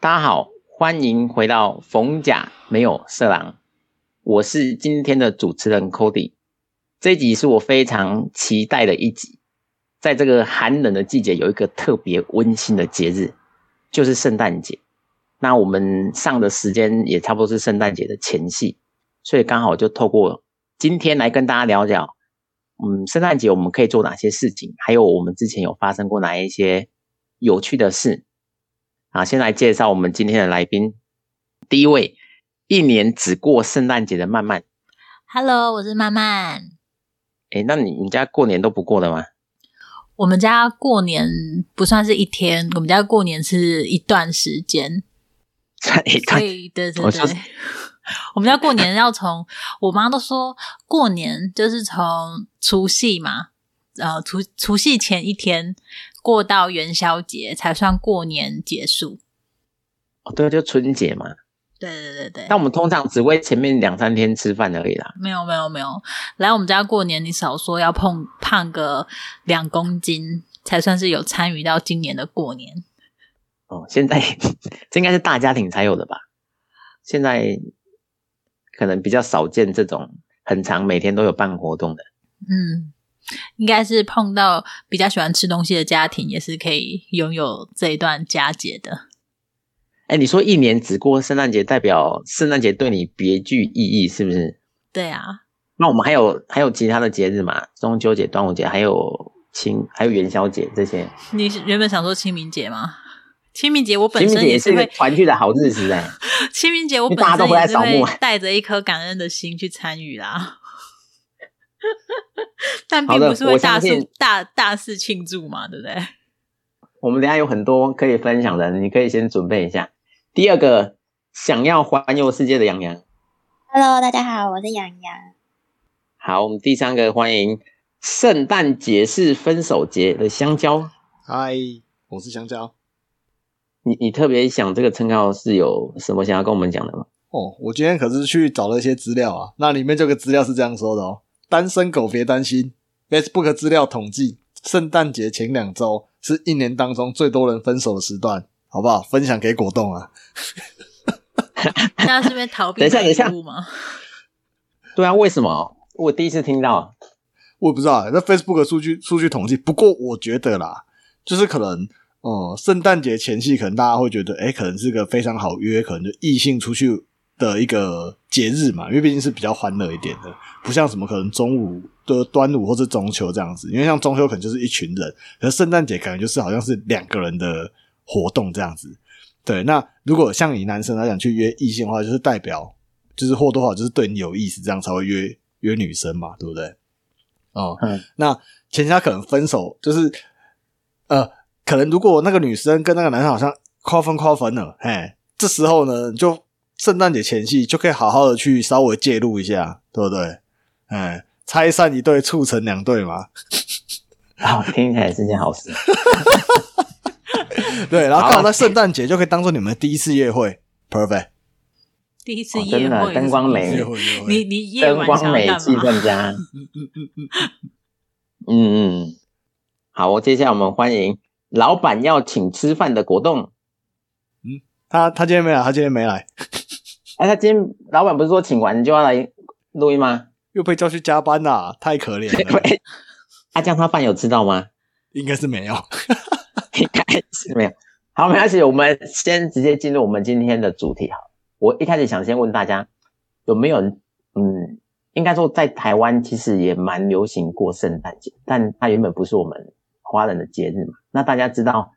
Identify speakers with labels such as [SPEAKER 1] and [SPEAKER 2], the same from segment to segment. [SPEAKER 1] 大家好，欢迎回到逢甲没有色狼，我是今天的主持人 Cody。这一集是我非常期待的一集，在这个寒冷的季节，有一个特别温馨的节日，就是圣诞节。那我们上的时间也差不多是圣诞节的前夕，所以刚好就透过今天来跟大家聊聊，嗯，圣诞节我们可以做哪些事情，还有我们之前有发生过哪一些有趣的事。啊，先来介绍我们今天的来宾，第一位，一年只过圣诞节的曼曼。
[SPEAKER 2] Hello，我是曼曼。
[SPEAKER 1] 诶，那你你家过年都不过的吗？
[SPEAKER 2] 我们家过年不算是一天，我们家过年是一段时间，
[SPEAKER 1] 算一
[SPEAKER 2] 所
[SPEAKER 1] 段，
[SPEAKER 2] 以对对
[SPEAKER 1] 我
[SPEAKER 2] 对
[SPEAKER 1] 就是，
[SPEAKER 2] 我们家过年要从 我妈都说过年就是从除夕嘛，呃除除夕前一天过到元宵节才算过年结束。
[SPEAKER 1] 哦对，就春节嘛。
[SPEAKER 2] 对对对对
[SPEAKER 1] 那，我们通常只会前面两三天吃饭而已啦。
[SPEAKER 2] 没有没有没有，来我们家过年，你少说要碰胖个两公斤，才算是有参与到今年的过年。
[SPEAKER 1] 哦，现在这应该是大家庭才有的吧？现在可能比较少见这种很长每天都有办活动的。
[SPEAKER 2] 嗯，应该是碰到比较喜欢吃东西的家庭，也是可以拥有这一段佳节的。
[SPEAKER 1] 哎，你说一年只过圣诞节，代表圣诞节对你别具意义，是不是？
[SPEAKER 2] 对啊，
[SPEAKER 1] 那我们还有还有其他的节日嘛？中秋节、端午节，还有清，还有元宵节这些。
[SPEAKER 2] 你是原本想说清明节吗？清明节我
[SPEAKER 1] 清
[SPEAKER 2] 本
[SPEAKER 1] 明
[SPEAKER 2] 身
[SPEAKER 1] 节也
[SPEAKER 2] 也
[SPEAKER 1] 是
[SPEAKER 2] 是
[SPEAKER 1] 一个
[SPEAKER 2] 会，
[SPEAKER 1] 团聚的好日子哎、
[SPEAKER 2] 清明节我
[SPEAKER 1] 因为
[SPEAKER 2] 本
[SPEAKER 1] 大家都
[SPEAKER 2] 身
[SPEAKER 1] 回来
[SPEAKER 2] 也是
[SPEAKER 1] 扫墓啊
[SPEAKER 2] 会带着一颗感恩的心去参与啦。 但
[SPEAKER 1] 好
[SPEAKER 2] 并
[SPEAKER 1] 的
[SPEAKER 2] 不是
[SPEAKER 1] 我
[SPEAKER 2] 会
[SPEAKER 1] 相
[SPEAKER 2] 大
[SPEAKER 1] 信
[SPEAKER 2] 肆大大肆庆祝嘛，对不 对？
[SPEAKER 1] 我们等一下有很多可以分享的，你可以先准备一下。第二个，想要环游世界的洋洋。
[SPEAKER 3] Hello，大家好，我是洋洋。
[SPEAKER 1] 好，我们第三个欢迎圣诞节是分手节的香蕉。
[SPEAKER 4] 嗨，我是香蕉。
[SPEAKER 1] 你你特别想这个称号是有什么想要跟我们讲的吗？
[SPEAKER 4] 哦，我今天可是去找了一些资料啊，那里面这个资料是这样说的哦：单身狗别担心，Facebook 资料统计，圣诞节前两周是一年当中最多人分手的时段，好不好？分享给果冻啊。
[SPEAKER 2] 那是不是逃避
[SPEAKER 1] 等一下等一下
[SPEAKER 2] 礼物吗？
[SPEAKER 1] 对啊，为什么？我第一次听到。
[SPEAKER 4] 我也不知道，啊那 Facebook 数据数据统计，不过我觉得啦，就是可能，呃，圣诞节前夕，可能大家会觉得，哎、可能是个非常好约，可能就异性出去的一个节日嘛，因为毕竟是比较欢乐一点的，不像什么可能中午的端午或是中秋这样子，因为像中秋可能就是一群人，可是圣诞节可能就是好像是两个人的活动这样子。对，那如果像以男生来讲去约异性的话，就是代表就是或多或少就是对你有意思，这样才会约约女生嘛，对不对？哦、
[SPEAKER 1] 嗯
[SPEAKER 4] 那前提他可能分手，就是呃，可能如果那个女生跟那个男生好像夸分夸分了，嘿，这时候呢，就圣诞节前夕就可以好好的去稍微介入一下，对不对？哎，拆散一对，促成两对嘛，
[SPEAKER 1] 啊，听起来是件好事。
[SPEAKER 4] 对，然后刚
[SPEAKER 1] 好啊
[SPEAKER 4] 好在圣诞节就可以当做你们第一次夜会，perfect，
[SPEAKER 2] 第一次
[SPEAKER 1] 哦
[SPEAKER 2] 夜
[SPEAKER 1] 真的
[SPEAKER 2] 会是
[SPEAKER 1] 灯
[SPEAKER 2] 什
[SPEAKER 1] 光
[SPEAKER 2] 么
[SPEAKER 1] 美
[SPEAKER 2] 意思
[SPEAKER 4] 夜会夜
[SPEAKER 2] 你
[SPEAKER 4] 会，
[SPEAKER 2] 你 夜
[SPEAKER 1] 灯
[SPEAKER 2] 晚
[SPEAKER 1] 光
[SPEAKER 2] 想
[SPEAKER 1] 美，
[SPEAKER 2] 要
[SPEAKER 1] 气
[SPEAKER 2] 干嘛？
[SPEAKER 1] 氛 佳。嗯嗯，好，我接下来我们欢迎老板要请吃饭的果冻。
[SPEAKER 4] 他他今天没来，他今天没来，
[SPEAKER 1] 哎，他今天老板不是说请完就要来录音 吗？
[SPEAKER 4] 又被叫去加班啦、太可怜 了，
[SPEAKER 1] 喂，啊，这样他饭有吃到吗？
[SPEAKER 4] 应该是没有。
[SPEAKER 1] 应该是没有。好，没关系，我们先直接进入我们今天的主题好了。我一开始想先问大家，有没有人嗯，应该说在台湾其实也蛮流行过圣诞节，但它原本不是我们华人的节日嘛。那大家知道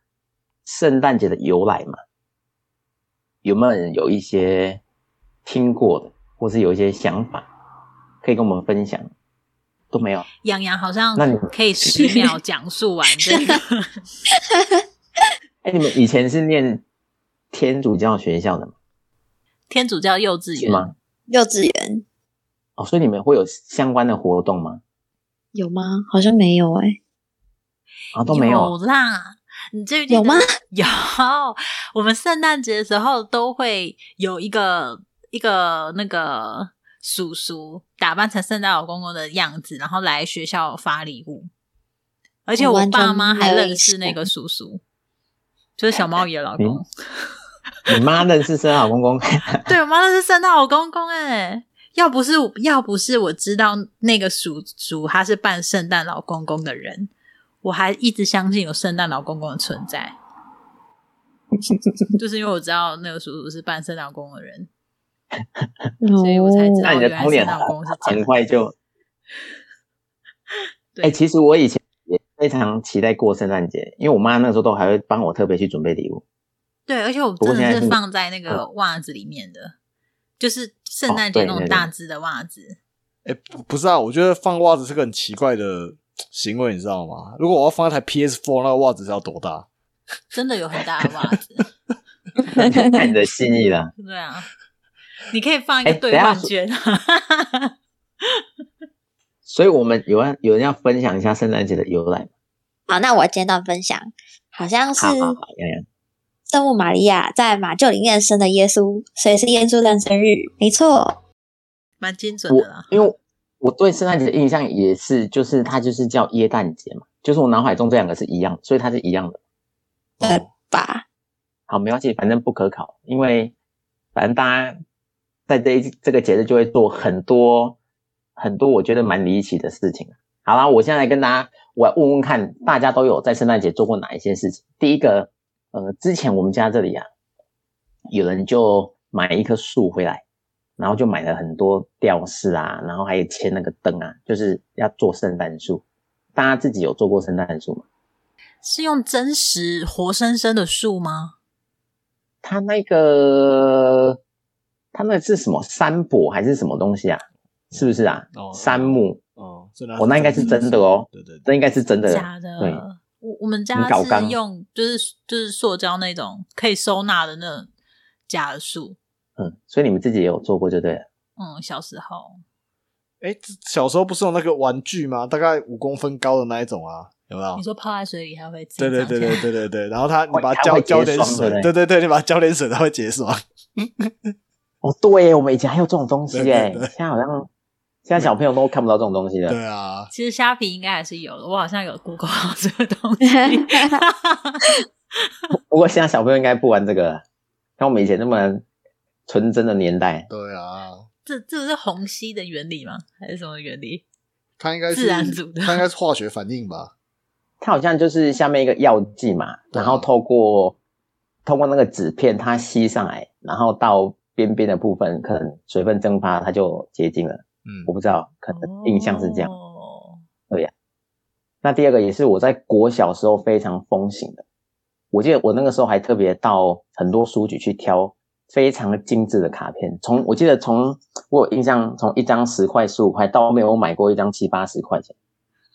[SPEAKER 1] 圣诞节的由来吗？有没有人有一些听过的，或是有一些想法可以跟我们分享？都没有。
[SPEAKER 2] 杨洋好像
[SPEAKER 1] 那你啊
[SPEAKER 2] 可以十秒讲 述完这个。
[SPEAKER 1] 哎，你们以前是念天主教学校的吗？
[SPEAKER 2] 天主教幼稚
[SPEAKER 1] 是
[SPEAKER 2] 园
[SPEAKER 1] 吗？
[SPEAKER 3] 幼稚园
[SPEAKER 1] 哦，所以你们会有相关的活动吗？
[SPEAKER 3] 有吗？好像没有哎、
[SPEAKER 1] 啊，都没有。
[SPEAKER 2] 啦。你这记得
[SPEAKER 3] 有吗？
[SPEAKER 2] 有，我们圣诞节的时候都会有一个一个那个叔叔打扮成圣诞老公公的样子，然后来学校发礼物。而且
[SPEAKER 3] 我
[SPEAKER 2] 我
[SPEAKER 3] 哦完
[SPEAKER 2] 爸
[SPEAKER 3] 全
[SPEAKER 2] 妈还
[SPEAKER 3] 没有
[SPEAKER 2] 认
[SPEAKER 3] 印
[SPEAKER 2] 识那
[SPEAKER 3] 象
[SPEAKER 2] 个叔叔，就是小猫姨的老公。
[SPEAKER 1] 你妈认识圣诞老公 公，
[SPEAKER 2] 对我妈都是圣诞老公公哎、要不是要不是我知道那个叔叔他是扮圣诞老公公的人，我还一直相信有圣诞老公公的存 在，就是因为我知道那个叔叔是扮圣诞老公公的人，嗯所以我才知
[SPEAKER 1] 那
[SPEAKER 2] 道
[SPEAKER 1] 你
[SPEAKER 2] 哦
[SPEAKER 1] 的
[SPEAKER 2] 原来
[SPEAKER 1] 童
[SPEAKER 2] 圣
[SPEAKER 1] 年
[SPEAKER 2] 诞老公公是这
[SPEAKER 1] 很
[SPEAKER 2] 样。
[SPEAKER 1] 快就。
[SPEAKER 2] 对
[SPEAKER 1] 哎、其实我以前也非常期待过圣诞节，因为我妈那时候都还会帮我特别去准备礼物。
[SPEAKER 2] 对，而且我
[SPEAKER 1] 不过
[SPEAKER 2] 真的
[SPEAKER 1] 现在
[SPEAKER 2] 是
[SPEAKER 1] 是嗯
[SPEAKER 2] 放在那个袜子里面的，就是圣诞
[SPEAKER 1] 哦
[SPEAKER 2] 节
[SPEAKER 1] 对
[SPEAKER 2] 那
[SPEAKER 1] 对
[SPEAKER 2] 种
[SPEAKER 1] 对
[SPEAKER 2] 大只的袜子。
[SPEAKER 4] 哎、不不是啊，我觉得放袜子是个很奇怪的行为，你知道吗？如果我要放一台 PS4，那个袜子是要多大？
[SPEAKER 2] 真的有很大的袜 子，
[SPEAKER 1] 看
[SPEAKER 3] 哦
[SPEAKER 1] 你的心意 了。
[SPEAKER 2] 对啊，你可以放一个
[SPEAKER 1] 哎
[SPEAKER 2] 兑
[SPEAKER 1] 等一下
[SPEAKER 2] 换券啊，
[SPEAKER 1] 所以我们有人有人要分享一下圣诞节的由来吗。
[SPEAKER 3] 好，那我简短分享，好像是
[SPEAKER 1] 好好好，洋洋，
[SPEAKER 3] 圣母玛利亚在马厩里面生的耶稣，所以是耶稣诞生日，没错。
[SPEAKER 2] 蛮精准的啦
[SPEAKER 1] 我。因为我对圣诞节的印象也是，就是它就是叫耶诞节嘛，就是我脑海中这两个是一样，所以它是一样的。哎
[SPEAKER 3] 对
[SPEAKER 4] 哦
[SPEAKER 3] 吧？
[SPEAKER 1] 好，没关系，反正不可考，因为反正大家在这一这个节日就会做很多很多我觉得蛮离奇的事情。好啦，我现在来跟大家，我来问问看，大家都有在圣诞节做过哪一些事情？第一个，呃，之前我们家这里啊，有人就买一棵树回来，然后就买了很多吊饰啊，然后还有牵那个灯啊，就是要做圣诞树。大家自己有做过圣诞树吗？
[SPEAKER 2] 是用真实活生生的树吗？
[SPEAKER 1] 它那个，它那个是什么山柏还是什么东西啊？是不是啊？
[SPEAKER 4] 哦
[SPEAKER 1] 杉木，
[SPEAKER 4] 哦，真的，
[SPEAKER 1] 我那应该是真的哦
[SPEAKER 4] 对对
[SPEAKER 1] 这
[SPEAKER 4] 对，
[SPEAKER 1] 应该是真的。
[SPEAKER 2] 假的
[SPEAKER 1] 对，
[SPEAKER 2] 我我们
[SPEAKER 1] 很
[SPEAKER 2] 家
[SPEAKER 1] 搞
[SPEAKER 2] 是
[SPEAKER 1] 纲
[SPEAKER 2] 用就是就是塑胶那种可以收纳的那种假的树。
[SPEAKER 1] 嗯，所以你们自己也有做过就对了。
[SPEAKER 2] 嗯，小时候
[SPEAKER 4] 哎、这小时候不是有那个玩具吗？大概五公分高的那一种啊，有
[SPEAKER 1] 哦
[SPEAKER 4] 没有
[SPEAKER 2] 你？说泡在水里它会自
[SPEAKER 4] 对
[SPEAKER 2] 己
[SPEAKER 4] 对
[SPEAKER 2] 长
[SPEAKER 4] 对
[SPEAKER 2] 起来
[SPEAKER 4] 对对对对，然后它你把它
[SPEAKER 1] 它
[SPEAKER 4] 浇
[SPEAKER 1] 会
[SPEAKER 4] 浇
[SPEAKER 1] 结
[SPEAKER 4] 点
[SPEAKER 1] 霜
[SPEAKER 4] 水
[SPEAKER 1] 对，不
[SPEAKER 4] 对
[SPEAKER 1] 对
[SPEAKER 4] 对对，你把它浇点水，它会结霜。
[SPEAKER 1] 哦，对耶，我们以前还有这种东西
[SPEAKER 4] 对
[SPEAKER 1] 耶，
[SPEAKER 4] 对对
[SPEAKER 1] 现在好像现在小朋友都看不到这种东西了。
[SPEAKER 4] 对啊，
[SPEAKER 2] 其实虾皮应该还是有的，我好像有 Google 到这个东西。
[SPEAKER 1] 不过现在小朋友应该不玩这个了，像我们以前那么纯真的年代。
[SPEAKER 4] 对啊，
[SPEAKER 2] 这这是虹吸的原理吗？还是什么原理？
[SPEAKER 4] 它应该是
[SPEAKER 2] 自然组的
[SPEAKER 4] 它应该是化学反应吧？
[SPEAKER 1] 它好像就是下面一个药剂嘛，
[SPEAKER 4] 对啊
[SPEAKER 1] 然后透过透过那个纸片它吸上来，然后到边边的部分可能水分蒸发，它就结晶了。
[SPEAKER 4] 嗯
[SPEAKER 1] 我不知道，可能呃印象是这样。
[SPEAKER 2] 哦
[SPEAKER 1] 那第二个也是我在国小时候非常风行的，我记得我那个时候还特别到很多书局去挑非常精致的卡片，从我记得从我有印象，从一张十块十五块到后面我买过一张七八十块钱，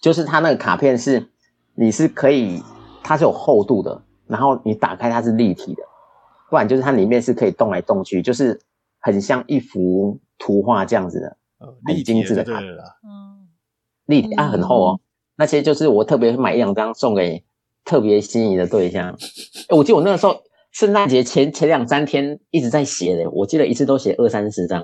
[SPEAKER 1] 就是它那个卡片是你是可以它是有厚度的，然后你打开它是立体的，不然就是它里面是可以动来动去，就是很像一幅图画这样子的。
[SPEAKER 4] 呃
[SPEAKER 1] 很
[SPEAKER 4] 立
[SPEAKER 1] 精
[SPEAKER 4] 体
[SPEAKER 1] 致的
[SPEAKER 4] 就
[SPEAKER 1] 卡
[SPEAKER 4] 对 了啦。
[SPEAKER 2] 嗯，
[SPEAKER 1] 立体啊，很厚哦。那些就是我特别买一两张送给特别心仪的对象。诶我记得我那个时候圣诞节前前两三天一直在写的，我记得一次都写二三十张。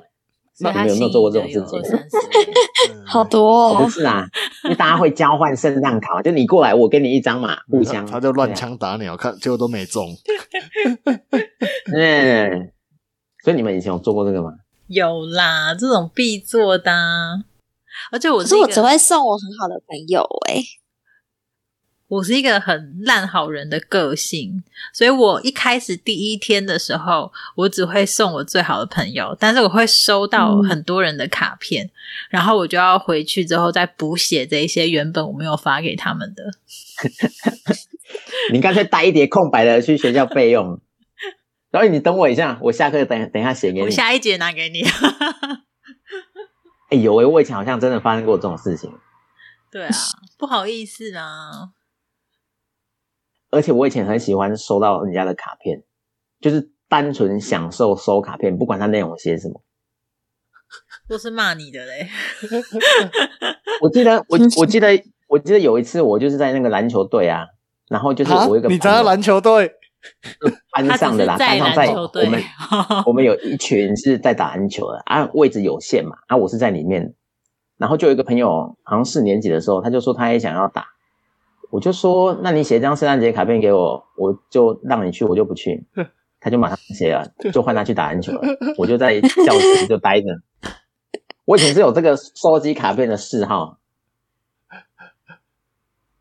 [SPEAKER 2] 所
[SPEAKER 1] 那
[SPEAKER 2] 以它
[SPEAKER 1] 你们有没有做过这种
[SPEAKER 2] 吸引
[SPEAKER 1] 事
[SPEAKER 2] 的有
[SPEAKER 1] 情
[SPEAKER 2] 二？三十位
[SPEAKER 4] 对对对
[SPEAKER 3] 好 多
[SPEAKER 1] 哦不
[SPEAKER 3] 哦，
[SPEAKER 2] 嗯
[SPEAKER 1] 是啊，因为大家会交换圣诞卡，就你过来，我给你一张嘛，互相。啊
[SPEAKER 4] 嗯他就乱枪打鸟，看结果都没中。
[SPEAKER 1] 对。嗯，所以你们以前有做过这个吗？
[SPEAKER 2] 有啦，这种必做的啊、而且我
[SPEAKER 3] 可
[SPEAKER 2] 是
[SPEAKER 3] 是
[SPEAKER 2] 一
[SPEAKER 3] 我
[SPEAKER 2] 个，
[SPEAKER 3] 只会送我很好的朋友哎、
[SPEAKER 2] 我是一个很烂好人的个性，所以我一开始第一天的时候，我只会送我最好的朋友，但是我会收到
[SPEAKER 3] 嗯
[SPEAKER 2] 很多人的卡片，然后我就要回去之后再补写这一些原本我没有发给他们的。
[SPEAKER 1] 你干脆带一叠空白的去学校备用。然后你等我一下，我下课等等一下写给
[SPEAKER 2] 我
[SPEAKER 1] 你。
[SPEAKER 2] 下一节拿给你。啊
[SPEAKER 1] 哎，有诶，我以前好像真的发生过这种事情。
[SPEAKER 2] 对啊，不好意思啊，
[SPEAKER 1] 而且我以前很喜欢收到人家的卡片，就是单纯享受收卡片，不管它内容写什么。
[SPEAKER 2] 都是骂你的嘞。
[SPEAKER 1] 我记得我我记得我记得有一次我就是在那个篮球队啊，然后就是
[SPEAKER 4] 啊
[SPEAKER 1] 我有一个
[SPEAKER 4] 你参
[SPEAKER 1] 朋
[SPEAKER 4] 加
[SPEAKER 1] 友
[SPEAKER 4] 篮球队，
[SPEAKER 1] 班
[SPEAKER 2] 他只
[SPEAKER 1] 上的
[SPEAKER 2] 是
[SPEAKER 1] 啦，
[SPEAKER 2] 在
[SPEAKER 1] 班上在
[SPEAKER 2] 篮球队
[SPEAKER 1] 我 们 我们有一群是在打篮球的啊，位置有限嘛，啊我是在里面，然后就有一个朋友好像四年级的时候，他就说他也想要打， 我就说那你写一张圣诞节卡片给我，我就让你去，我就不去。他就马上写了，就换他去打篮球了，我就在教室就待着。我以前是有这个收集卡片的嗜好，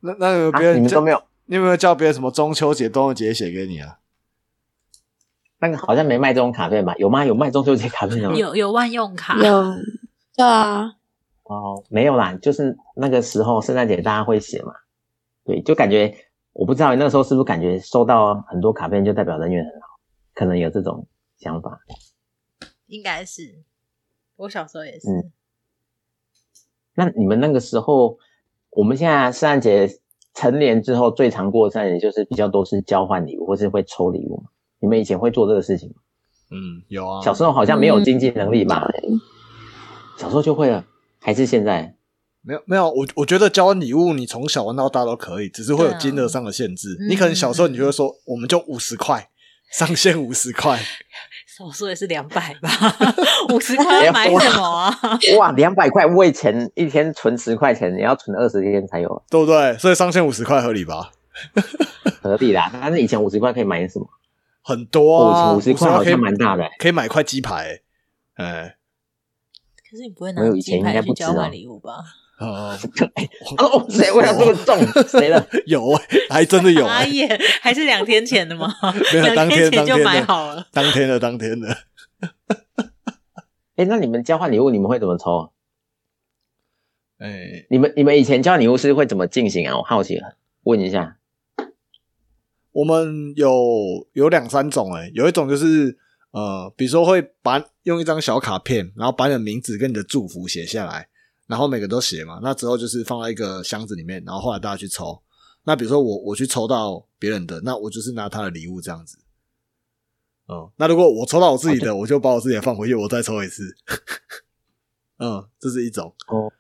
[SPEAKER 4] 那那 有
[SPEAKER 1] 啊，
[SPEAKER 4] 别人、
[SPEAKER 1] 你们都没有，
[SPEAKER 4] 你有没有叫别人什么中秋节、端午节写给你啊？
[SPEAKER 1] 那个好像没卖这种卡片吧？有吗？有卖中秋节卡片吗？
[SPEAKER 2] 有有万用卡，
[SPEAKER 3] 有，对 啊，
[SPEAKER 1] 哦，没有啦，就是那个时候圣诞节大家会写嘛，对，就感觉我不知道那时候是不是感觉收到很多卡片就代表人缘很好，可能有这种想法。
[SPEAKER 2] 应该是。我小时候也是，
[SPEAKER 1] 嗯那你们那个时候，我们现在圣诞节成年之后最常过的圣诞节就是比较多是交换礼物，或是会抽礼物嘛。你们以前会做这个事情吗？
[SPEAKER 4] 嗯，有啊，
[SPEAKER 1] 小时候好像没有经济能力吧？小时候就会了，还是现在？
[SPEAKER 4] 没有没有，我我觉得交换礼物，你从小玩到大都可以，只是会有
[SPEAKER 2] 对啊
[SPEAKER 4] 金额上的限制。
[SPEAKER 2] 嗯
[SPEAKER 4] 你可能小时候你就会说，我们就五十块，上限五十块。
[SPEAKER 2] 少说也是两百吧， 五十
[SPEAKER 1] 哎
[SPEAKER 2] 块要买什么啊？
[SPEAKER 1] 哇，两百块！我以前一天存十块钱，也要存二十天才有，
[SPEAKER 4] 对不对？所以上限五十块合理吧？
[SPEAKER 1] 合理啦。但是以前五十块可以买什么？
[SPEAKER 4] 很多啊，
[SPEAKER 1] 哦50块好像
[SPEAKER 4] 可以
[SPEAKER 1] 蛮大的欸
[SPEAKER 4] 可以买块鸡排、欸。哎、
[SPEAKER 2] 可是你不会
[SPEAKER 1] 没
[SPEAKER 2] 拿
[SPEAKER 1] 有以前
[SPEAKER 2] 鸡
[SPEAKER 1] 应该
[SPEAKER 2] 排
[SPEAKER 1] 不
[SPEAKER 2] 去
[SPEAKER 1] 止
[SPEAKER 2] 交
[SPEAKER 1] 哦
[SPEAKER 2] 换礼物吧？
[SPEAKER 4] 哦，
[SPEAKER 1] 他 说：“哦，谁为了这个中？谁的？
[SPEAKER 4] 有、欸，还真的有、
[SPEAKER 2] 阿
[SPEAKER 4] 欸，
[SPEAKER 2] 耶，啊还是两天前的
[SPEAKER 4] ？
[SPEAKER 2] 吗
[SPEAKER 4] 没有当
[SPEAKER 2] 两
[SPEAKER 4] 天
[SPEAKER 2] 前
[SPEAKER 4] 当
[SPEAKER 2] 就
[SPEAKER 4] 天
[SPEAKER 2] 买
[SPEAKER 4] 的
[SPEAKER 2] 好了。
[SPEAKER 4] 当天的当天的。
[SPEAKER 1] 哎，那你们交换礼物，你们会怎么抽啊？
[SPEAKER 4] 哎、
[SPEAKER 1] 你们你们以前交换礼物是会怎么进行啊？我好奇了，问一下。
[SPEAKER 4] 我们有有两三种哎、有一种就是呃，比如说会把用一张小卡片，然后把你的名字跟你的祝福写下来，然后每个都写嘛。那之后就是放在一个箱子里面，然后后来大家去抽。那比如说我我去抽到别人的，那我就是拿他的礼物这样子。嗯，那如果我抽到我自己的，我就把我自己的放回去，我再抽一次。 嗯，这是一种。
[SPEAKER 1] 哦，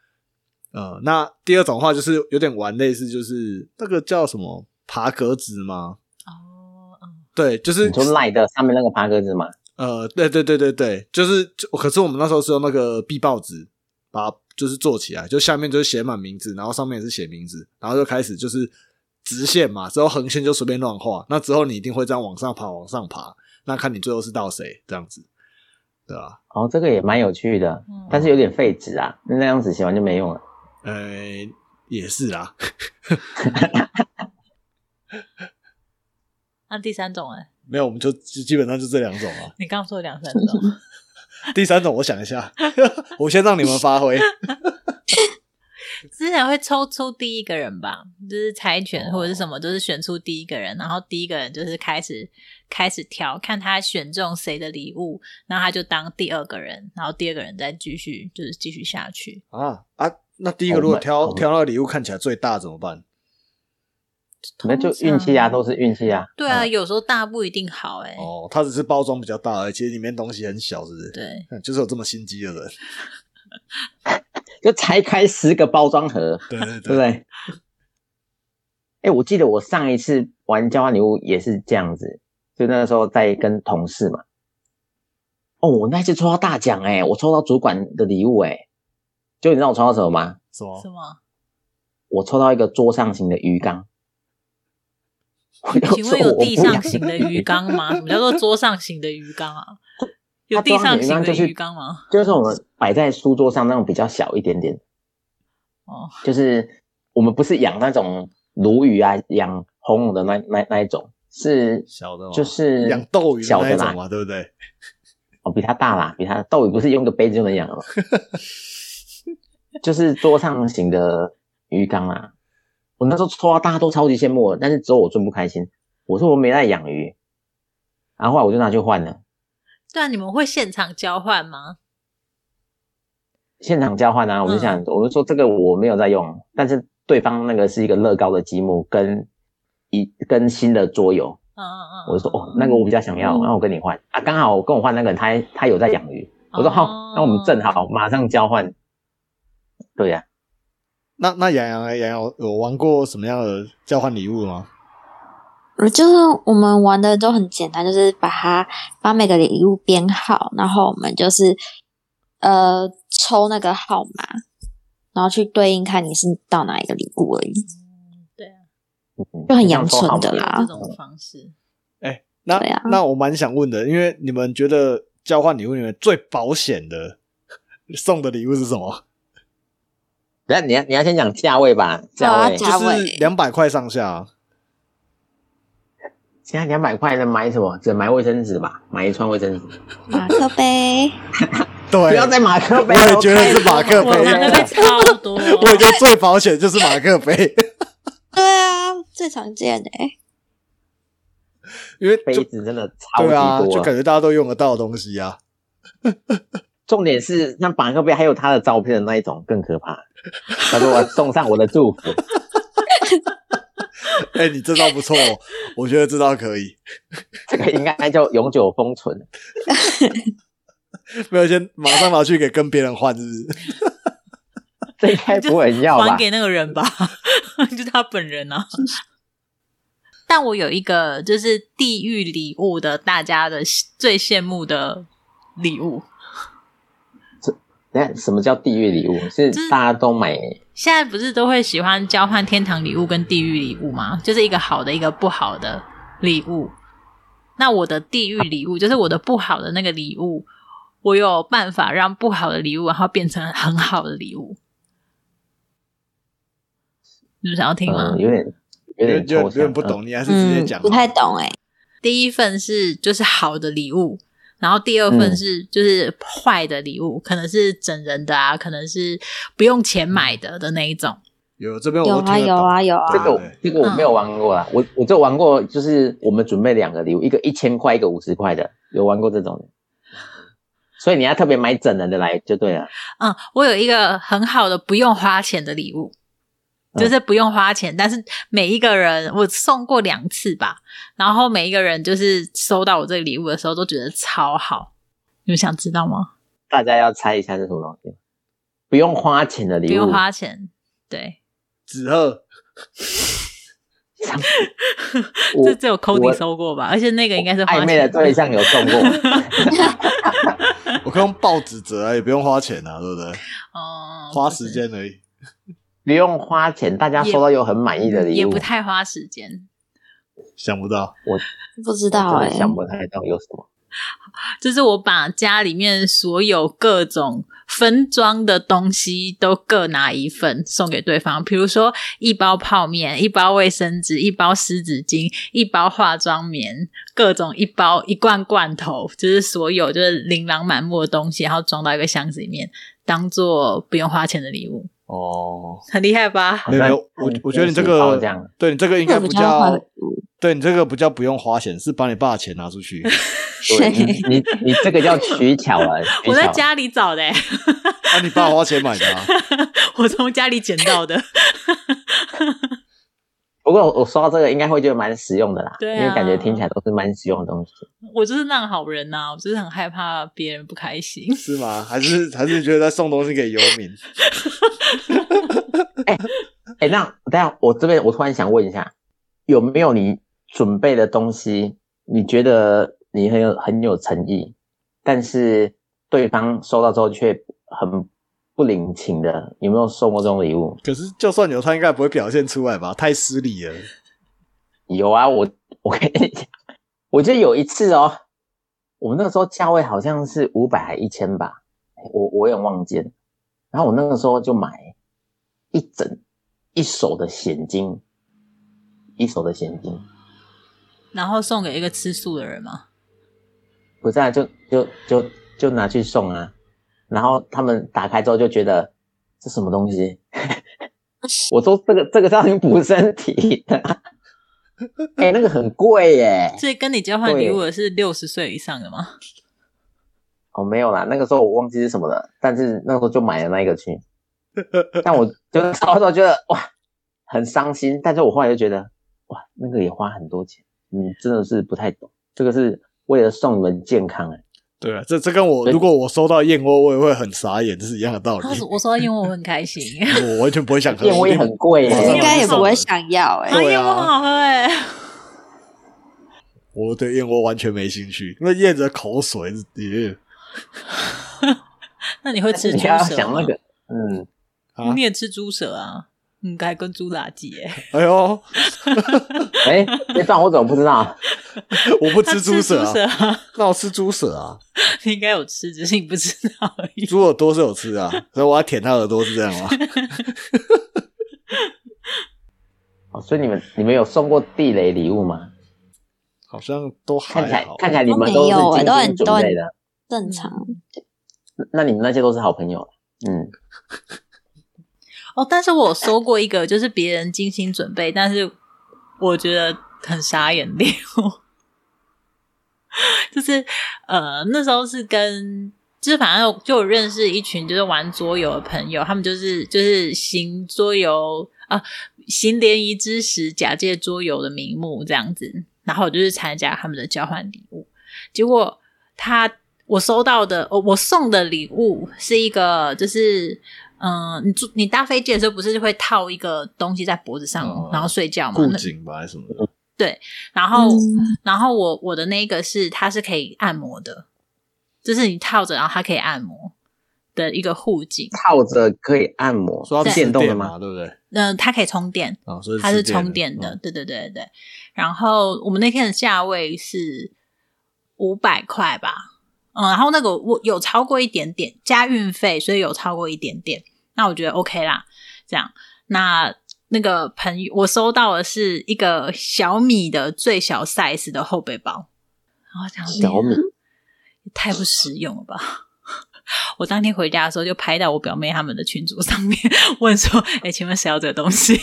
[SPEAKER 4] 呃，那第二种的话就是有点玩类似，就是那个叫什么爬格子吗？
[SPEAKER 2] 哦，嗯
[SPEAKER 4] 对，就是
[SPEAKER 1] 你说赖的上面那个八个字吗？
[SPEAKER 4] 呃，对对对对对，就是就可是我们那时候是用那个壁报纸把它就是做起来，就下面就是写满名字，然后上面也是写名字，然后就开始就是直线嘛，之后横线就随便乱画，那之后你一定会这样往上爬，往上爬，那看你最后是到谁这样子，对啊，
[SPEAKER 1] 哦，这个也蛮有趣的
[SPEAKER 2] 嗯，
[SPEAKER 1] 但是有点废纸啊，那样子写完就没用了。
[SPEAKER 4] 呃，也是啦，
[SPEAKER 2] 那第三种哎，
[SPEAKER 4] 没有，我们就基基本上就这两种啊。
[SPEAKER 2] 你刚刚说有两三 种，
[SPEAKER 4] 第三种，我想一下， 我先让你们 发挥。
[SPEAKER 2] 之前会抽出第一个人吧，就是猜拳或者是什么，就是选出第一个人，然后第一个人就是开始开始挑，看他选中谁的礼物，然后他就当第二个人，然后第二个人再继续就是继续下去，
[SPEAKER 4] 啊啊，那第一个如果
[SPEAKER 1] 我
[SPEAKER 4] 挑
[SPEAKER 1] 们
[SPEAKER 4] 挑那个礼物看起来最大怎么办？
[SPEAKER 1] 那就运气啊，都是运气啊。
[SPEAKER 2] 对啊，有时候大不一定好哎，
[SPEAKER 4] 嗯哦，它只是包装比较大而已，其实里面东西很小，是不是？
[SPEAKER 2] 对，
[SPEAKER 4] 嗯，就是有这么心机的人。
[SPEAKER 1] 就拆开十个包装盒，
[SPEAKER 4] 对 对
[SPEAKER 1] 对不
[SPEAKER 4] 对，
[SPEAKER 1] 对？哎，我记得我上一次玩交换礼物也是这样子，就那个时候在跟同事嘛。哦，我那一次抽到大奖哎、我抽到主管的礼物哎、就你知道我抽到什么吗？
[SPEAKER 4] 什
[SPEAKER 2] 什
[SPEAKER 4] 么？
[SPEAKER 2] 么？
[SPEAKER 1] 我抽到一个桌上型的鱼缸。我 就
[SPEAKER 2] 请
[SPEAKER 1] 说
[SPEAKER 2] 问有
[SPEAKER 1] 我不
[SPEAKER 2] 地上
[SPEAKER 1] 要
[SPEAKER 2] 型的鱼缸吗？什么叫做桌上型的鱼 缸啊？有
[SPEAKER 1] 它
[SPEAKER 2] 地
[SPEAKER 1] 桌
[SPEAKER 2] 上
[SPEAKER 1] 上
[SPEAKER 2] 型的
[SPEAKER 1] 型的
[SPEAKER 2] 鱼
[SPEAKER 1] 鱼
[SPEAKER 2] 缸吗？
[SPEAKER 1] 就是我们摆在书桌上那种比较小一点点，
[SPEAKER 2] 哦，
[SPEAKER 1] 就是我们不是养那种鲈鱼啊，养红龙的那那那一种，是
[SPEAKER 4] 小的吗
[SPEAKER 1] 就是
[SPEAKER 4] 哦养斗鱼的
[SPEAKER 1] 小
[SPEAKER 4] 那一
[SPEAKER 1] 的
[SPEAKER 4] 种
[SPEAKER 1] 啦，
[SPEAKER 4] 嘛，对不对？
[SPEAKER 1] 哦，比它大啦，比它斗鱼不是用个杯子就能养了 吗，就是桌上型的鱼缸啊。我那时候抽到大家都超级羡慕我，但是只有我最不开心。我说我没在养鱼，然后后来我就拿去换了，
[SPEAKER 2] 对啊，你们会现场交换吗？
[SPEAKER 1] 现场交换啊。我就想，
[SPEAKER 4] 嗯
[SPEAKER 1] 我就说这个我没有在用，但是对方那个是一个乐高的积木跟一跟新的桌游，
[SPEAKER 2] 嗯嗯嗯，
[SPEAKER 1] 我就说哦，那个我比较想要，
[SPEAKER 3] 嗯
[SPEAKER 1] 那我跟你换啊。刚好我跟我换那个人，他他有在养鱼，我说好、
[SPEAKER 2] 哦
[SPEAKER 1] 那我们正好马上交换。对呀、
[SPEAKER 4] 那那洋洋呢洋洋有有玩过什么样的交换礼物吗？
[SPEAKER 3] 我呃就是我们玩的都很简单，就是把它把每个礼物编号，然后我们就是呃抽那个号码，然后去对应看你是到哪一个礼物而已。
[SPEAKER 2] 嗯对啊，
[SPEAKER 1] 嗯
[SPEAKER 3] 就很阳春的
[SPEAKER 1] 这样说好吗嗯
[SPEAKER 3] 啦
[SPEAKER 2] 有这种方式，
[SPEAKER 4] 哎，那、
[SPEAKER 3] 对啊
[SPEAKER 4] 那我蛮想问的，因为你们觉得交换礼物里面最保险的送的礼物是什么？
[SPEAKER 1] 等下你要你要先讲价位吧，价位
[SPEAKER 3] 对啊
[SPEAKER 4] 就
[SPEAKER 3] 价位
[SPEAKER 4] 是两百块上下啊，
[SPEAKER 1] 现在两百块能买什么？只能买卫生纸吧，买一串卫生纸。
[SPEAKER 3] 马克杯，
[SPEAKER 4] 对，
[SPEAKER 1] 不要再马克杯
[SPEAKER 4] 我
[SPEAKER 1] 了，
[SPEAKER 4] 也觉得是马克
[SPEAKER 2] 我
[SPEAKER 4] 杯啊
[SPEAKER 2] 拿的被超多，啊
[SPEAKER 4] 我觉得最保险就是马克杯，
[SPEAKER 3] 对啊，最常见的、欸，
[SPEAKER 4] 因为
[SPEAKER 1] 杯
[SPEAKER 4] 就
[SPEAKER 1] 子真的超级
[SPEAKER 4] 对啊，
[SPEAKER 1] 多
[SPEAKER 4] 就
[SPEAKER 1] 了。
[SPEAKER 4] 感觉大家都用得到的东西啊。
[SPEAKER 1] 重点是那马克杯还有他的照片的那一种更可怕。他说我送上我的祝福，
[SPEAKER 4] 哎、你这招不错哦，我觉得这招可以。
[SPEAKER 1] 这个应该就永久封存。
[SPEAKER 4] 没有先马上拿去给跟别人换，是不是？
[SPEAKER 1] 这应该不会很要吧
[SPEAKER 2] 还？给那个人吧， 就是他本人啊。但我有一个就是地狱礼物的，大家的最羡慕的礼物，
[SPEAKER 1] 等下什么叫地狱礼物？是
[SPEAKER 2] 就是
[SPEAKER 1] 大家都买
[SPEAKER 2] 现在不是都会喜欢交换天堂礼物跟地狱礼物吗？就是一个好的，一个不好的礼物。那我的地狱礼物就是我的不好的那个礼物，我有办法让不好的礼物，然后变成很好的礼物。你们想要听吗？
[SPEAKER 1] 嗯，有点有点
[SPEAKER 4] 有
[SPEAKER 1] 抽
[SPEAKER 4] 有点
[SPEAKER 1] 象，
[SPEAKER 4] 不
[SPEAKER 1] 嗯。
[SPEAKER 4] 懂，你还是直接
[SPEAKER 3] 嗯
[SPEAKER 4] 讲，好
[SPEAKER 3] 不
[SPEAKER 4] 了。
[SPEAKER 3] 太懂哎、
[SPEAKER 2] 第一份是就是好的礼物，然后第二份是就是坏的礼物，可能是整人的啊，可能是不用钱买的的那一种。
[SPEAKER 4] 有这边我
[SPEAKER 3] 有
[SPEAKER 4] 都听
[SPEAKER 3] 啊
[SPEAKER 4] 得
[SPEAKER 3] 有
[SPEAKER 4] 懂，
[SPEAKER 3] 啊有
[SPEAKER 1] 这
[SPEAKER 3] 啊，
[SPEAKER 1] 个我
[SPEAKER 4] 对
[SPEAKER 1] 这个我没有玩过
[SPEAKER 2] 嗯
[SPEAKER 1] 啦，我我就玩过，就是我们准备两个礼物，一个一千块，一个五十块的，有玩过这种的。所以你要特别买整人的来就对了。
[SPEAKER 2] 嗯，我有一个很好的不用花钱的礼物，
[SPEAKER 1] 嗯
[SPEAKER 2] 就是不用花钱，但是每一个人我送过两次吧，然后每一个人就是收到我这个礼物的时候都觉得超好。你们想知道吗？
[SPEAKER 1] 大家要猜一下是什么东西，不用花钱的礼物，
[SPEAKER 2] 不用花钱，对，
[SPEAKER 4] 纸鹤
[SPEAKER 1] 我
[SPEAKER 2] 这只有 Cody
[SPEAKER 1] 我
[SPEAKER 2] 收过吧，而且那个应该是花
[SPEAKER 1] 暧昧的
[SPEAKER 2] 钱
[SPEAKER 1] 对象有送过，
[SPEAKER 4] 我可以用报纸折啊，也不用花钱啊，对不对？
[SPEAKER 2] 哦，
[SPEAKER 4] 花
[SPEAKER 2] 不是
[SPEAKER 4] 时间而已。
[SPEAKER 1] 不用花钱，大家收到又很满意的礼
[SPEAKER 2] 也
[SPEAKER 1] 物，
[SPEAKER 2] 不太花时间，
[SPEAKER 4] 想不到，
[SPEAKER 3] 不知
[SPEAKER 1] 知
[SPEAKER 3] 道
[SPEAKER 2] 欸
[SPEAKER 3] 哎、
[SPEAKER 1] 想不太到有什么。
[SPEAKER 2] 就是我把家里面所有各种分装的东西都各拿一份送给对方，比如说一包泡面、一包卫生纸、一包湿纸巾、一包化妆棉，各种一包一罐罐头，就是所有就是琳琅满目的东西，然后装到一个箱子里面，当做不用花钱的礼物，
[SPEAKER 1] 哦，
[SPEAKER 2] 很厉害吧？
[SPEAKER 1] 好
[SPEAKER 4] 没有
[SPEAKER 1] 像嗯
[SPEAKER 4] 没有，我我觉得你这
[SPEAKER 1] 包
[SPEAKER 4] 个
[SPEAKER 1] 这样，
[SPEAKER 4] 对你这个应该不
[SPEAKER 3] 这个比较花
[SPEAKER 4] 叫
[SPEAKER 3] 的嗯，
[SPEAKER 4] 对你这个不叫不用花钱，是把你爸的钱拿出去。
[SPEAKER 1] 对你 你你这个叫取巧啊，取巧
[SPEAKER 2] 我在家里找的、欸
[SPEAKER 4] 啊，你爸花钱买的啊，
[SPEAKER 2] 我从家里捡到的。
[SPEAKER 1] 不过我说到这个，应该会觉得蛮实用的啦，
[SPEAKER 2] 对啊
[SPEAKER 1] 因为感觉听起来都是蛮实用的东西。
[SPEAKER 2] 我就是烂好人呐、我就是很害怕别人不开心。
[SPEAKER 4] 是吗？还是还是觉得在送东西给游民？
[SPEAKER 1] 哎，那等一下我这边我突然想问一下，有没有你准备的东西，你觉得你很有很有诚意，但是对方收到之后却很不领情的，有没有送过这种礼物？
[SPEAKER 4] 可是就算有，他应该不会表现出来吧？太失礼了。
[SPEAKER 1] 有啊，我我跟你讲，我记得有一次哦，我们那个时候价位好像是五百还一千吧，我我有点忘记了。然后我那个时候就买一整一手的现金，一手的现金，
[SPEAKER 2] 然后送给一个吃素的人吗？
[SPEAKER 1] 不是啊，就就就就拿去送啊。然后他们打开之后就觉得这什么东西， 我说这个这个是要用补身体的，啊 哎、那个很贵耶、
[SPEAKER 2] 所以跟你交换礼物的是六十岁以上的吗？
[SPEAKER 1] 哦，没有啦，那个时候我忘记是什么了，但是那时候就买了那一个去。但我就是那时候觉得哇，很伤心，但是我后来就觉得哇，那个也花很多钱，你真的是不太懂，这个是为了送你们健康、欸，
[SPEAKER 4] 对啊，这这跟我
[SPEAKER 1] 对
[SPEAKER 4] 如果我收到燕窝，我也会很傻眼，这是一样的道理
[SPEAKER 2] 然。后我说，因为我很开 心，
[SPEAKER 4] 我完全不会想喝
[SPEAKER 1] 燕窝也很贵、
[SPEAKER 4] 我
[SPEAKER 1] 欸，
[SPEAKER 3] 应该也不会想要哎、
[SPEAKER 4] 对
[SPEAKER 2] 因
[SPEAKER 4] 啊
[SPEAKER 2] 为我很好喝 哎、
[SPEAKER 4] 我对燕窝完全没兴趣，那咽着口水，耶
[SPEAKER 2] 那你会
[SPEAKER 1] 但是
[SPEAKER 2] 吃猪
[SPEAKER 1] 你要
[SPEAKER 2] 舌
[SPEAKER 1] 想
[SPEAKER 2] 吗
[SPEAKER 3] 啊
[SPEAKER 1] 那？个，嗯，
[SPEAKER 4] 啊
[SPEAKER 2] 你，也吃猪舌啊？嗯，还跟猪垃圾耶，
[SPEAKER 4] 哎呦，
[SPEAKER 1] 哎、这段我怎么不知道？
[SPEAKER 4] 我不
[SPEAKER 2] 他
[SPEAKER 4] 吃猪
[SPEAKER 2] 猪
[SPEAKER 4] 舌啊，
[SPEAKER 2] 舌啊，
[SPEAKER 4] 那我吃猪舌啊，
[SPEAKER 2] 你应该有吃，只是你不知道而已。
[SPEAKER 4] 猪耳朵是有吃啊，所以我要舔它耳朵是这样吗？
[SPEAKER 1] 哦，所以你们你们有送过地雷礼物吗？
[SPEAKER 4] 好像都
[SPEAKER 1] 看起
[SPEAKER 4] 还
[SPEAKER 1] 来
[SPEAKER 4] 好，
[SPEAKER 1] 看起来你们
[SPEAKER 3] 都
[SPEAKER 1] 都
[SPEAKER 3] 没有
[SPEAKER 1] 是
[SPEAKER 3] 欸都
[SPEAKER 1] 精
[SPEAKER 3] 很
[SPEAKER 1] 心准备的，
[SPEAKER 3] 正常。
[SPEAKER 1] 那你们那些都是好朋友。嗯，
[SPEAKER 2] 哦，但是我收过一个，就是别人精心准备，但是我觉得很傻眼的，就是呃，那时候是跟。就是反正就有认识一群就是玩桌游的朋友，他们就是就是行桌游啊，行联谊之时，假借桌游的名目这样子，然后我就是参加他们的交换礼物，结果他我收到的，哦我我送的礼物是一个，就是嗯、呃你坐你搭飞机的时候不是会套一个东西在脖子上，
[SPEAKER 4] 哦
[SPEAKER 2] 然后睡觉嘛？
[SPEAKER 4] 固
[SPEAKER 2] 那
[SPEAKER 4] 颈吧还是什么的，
[SPEAKER 2] 然后、
[SPEAKER 3] 嗯
[SPEAKER 2] 然后我我的那个是它是可以按摩的，就是你套着，然后它可以按摩的一个护颈，
[SPEAKER 1] 套着可以按摩，
[SPEAKER 4] 说它
[SPEAKER 1] 是
[SPEAKER 4] 吃
[SPEAKER 1] 电动的
[SPEAKER 4] 电
[SPEAKER 3] 啊
[SPEAKER 1] 吗？
[SPEAKER 4] 嘛，对不对？
[SPEAKER 2] 嗯、它可以充电，
[SPEAKER 4] 啊，所以
[SPEAKER 2] 它
[SPEAKER 4] 是
[SPEAKER 2] 是
[SPEAKER 4] 吃电
[SPEAKER 2] 充电的，
[SPEAKER 4] 嗯
[SPEAKER 2] 对对对对对。然后我们那天的价位是五百块吧，嗯，然后那个我有超过一点点加运费，所以有超过一点点，那我觉得 OK 啦。这样，那那个朋友我收到的是一个小米的最小 size 的后背包，然后想说
[SPEAKER 1] 小米
[SPEAKER 2] 也太不实用了吧。 我当天回家的时候就拍到我表妹他们的群组上面， 问说：“哎、请问谁要这个东西？”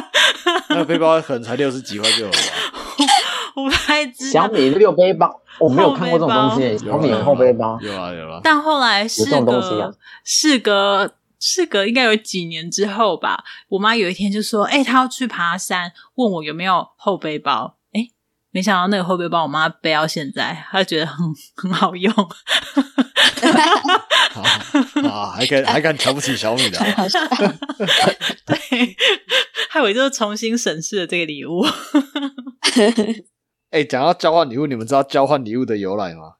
[SPEAKER 4] 那个背包可能才六十几块就有 了吧，
[SPEAKER 2] 我不太知
[SPEAKER 1] 小
[SPEAKER 2] 道。
[SPEAKER 1] 米六背 包，我没有看过这种东西，
[SPEAKER 4] 有
[SPEAKER 1] 小
[SPEAKER 4] 啊
[SPEAKER 1] 米有后背
[SPEAKER 2] 嗯
[SPEAKER 1] 包，
[SPEAKER 4] 有啊有啊，
[SPEAKER 2] 但后来事
[SPEAKER 1] 这种东西啊
[SPEAKER 2] 隔事隔事隔应该有几年之后吧，我妈有一天就说：“哎、她要去爬山，问我有没有后背包。哎，没想到那个后背包我妈背到现在，她觉得很 很好用。
[SPEAKER 4] 啊啊，还敢还敢瞧不起小米的啊，
[SPEAKER 3] 嗯 好像
[SPEAKER 2] 对， 害我就重新审视了这个礼物。
[SPEAKER 4] 哎，讲到交换礼物，你们知道交换礼物的由来吗？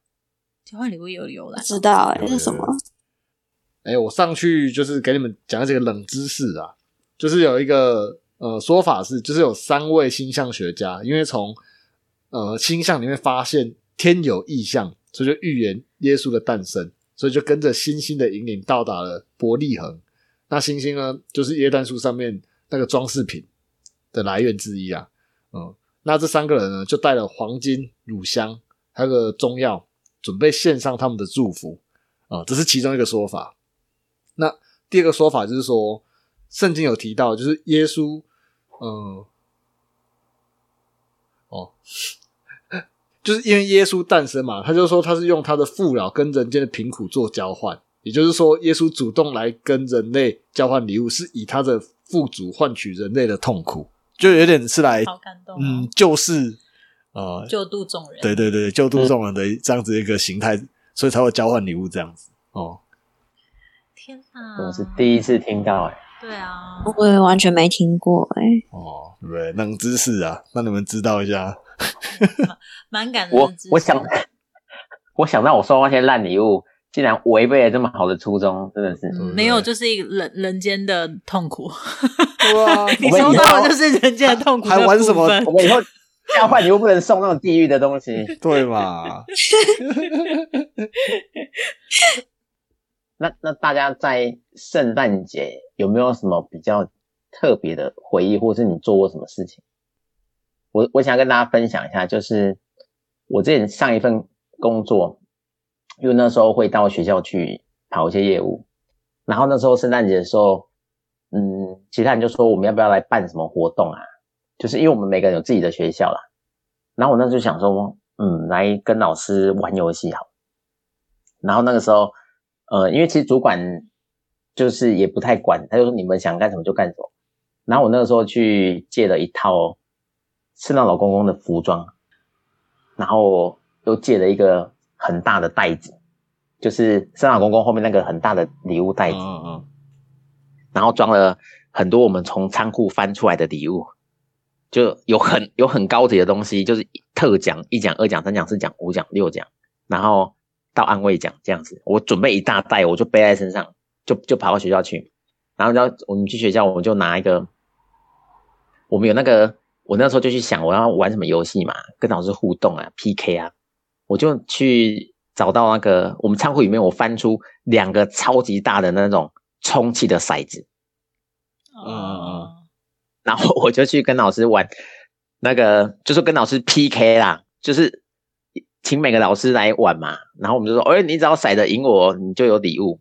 [SPEAKER 2] 交换礼物有由来
[SPEAKER 1] 嗯
[SPEAKER 3] 不，知道哎、
[SPEAKER 4] 有
[SPEAKER 3] 欸、是什么？？
[SPEAKER 4] 哎、我上去就是给你们讲这个冷知识啊，就是有一个呃说法是，就是有三位星象学家，因为从呃星象里面发现天有异象，所以就预言耶稣的诞生，所以就跟着星星的引领到达了伯利恒。那星星呢，就是耶诞树上面那个装饰品的来源之一啊。嗯，那这三个人呢，就带了黄金、乳香，还有个中药，准备献上他们的祝福啊、这是其中一个说法。那第二个说法就是说，圣经有提到，就是耶稣，嗯，哦， 就是因为耶稣诞生嘛，他就说他是用他的富饶跟人间的贫苦做交换，也就是说，耶稣主动来跟人类交换礼物，是以他的富足换取人类的痛苦，就有点是来
[SPEAKER 2] 好感动、
[SPEAKER 4] 嗯
[SPEAKER 2] 哦，，
[SPEAKER 4] 就是呃，
[SPEAKER 2] 救度众人。
[SPEAKER 4] 对对
[SPEAKER 1] 嗯
[SPEAKER 4] 对，救度众人的这样子一个形态，所以才会交换礼物这样子哦。
[SPEAKER 2] 天哪，
[SPEAKER 1] 我是第一次听到，哎，
[SPEAKER 2] 对啊，
[SPEAKER 3] 我也完全没听过哎、
[SPEAKER 4] 哦，对不对？冷知识啊，让你们知道一下。
[SPEAKER 2] 蛮感人
[SPEAKER 1] 我
[SPEAKER 2] 嗯的啊知识。
[SPEAKER 1] 我 想我想到我收到那些烂礼物，竟然违背了这么好的初衷，真的 是。
[SPEAKER 2] 嗯
[SPEAKER 4] 对
[SPEAKER 2] 没有，就是一个人人间的痛苦。
[SPEAKER 4] 哇，
[SPEAKER 2] 你
[SPEAKER 1] 我们
[SPEAKER 2] 收
[SPEAKER 1] 以
[SPEAKER 2] 到
[SPEAKER 1] 后
[SPEAKER 2] 的就是人间的痛苦
[SPEAKER 4] 还
[SPEAKER 2] 的
[SPEAKER 4] 玩
[SPEAKER 2] 部
[SPEAKER 4] 什么
[SPEAKER 2] 分
[SPEAKER 1] 我们以后交换礼物不能送那种地狱的东西。
[SPEAKER 4] 对嘛？
[SPEAKER 1] 那那大家在圣诞节有没有什么比较特别的回忆，或是你做过什么事情？我我想跟大家分享一下，就是我之前上一份工作，因为那时候会到学校去跑一些业务，然后那时候圣诞节的时候，嗯，其他人就说我们要不要来办什么活动啊？就是因为我们每个人有自己的学校啦。然后我那时候就想说，嗯，来跟老师玩游戏好了。然后那个时候，呃，因为其实主管就是也不太管，他就说你们想干什么就干什么。然后我那个时候去借了一套圣诞老公公的服装，然后又借了一个很大的袋子，就是圣诞老公公后面那个很大的礼物袋
[SPEAKER 4] 嗯
[SPEAKER 1] 子。
[SPEAKER 4] 嗯嗯，
[SPEAKER 1] 然后装了很多我们从仓库翻出来的礼物，就有很有很高级的东西，就是特奖、一奖、二奖、三奖、四奖、五奖、六奖，然后到安慰奖这样子。我准备一大袋，我就背在身上，就就跑到学校去。然后要我们去学校，我们就拿一个，我们有那个，我那时候就去想我要玩什么游戏嘛，跟老师互动啊，PK 啊，我就去找到那个我们仓库里面，我翻出两个超级大的那种充气的骰子，
[SPEAKER 4] 嗯
[SPEAKER 2] 哦，
[SPEAKER 1] 然后我就去跟老师玩那个，就是跟老师 PK 啦，就是请每个老师来玩嘛。然后我们就说，哎、你只要骰的赢我，你就有礼物。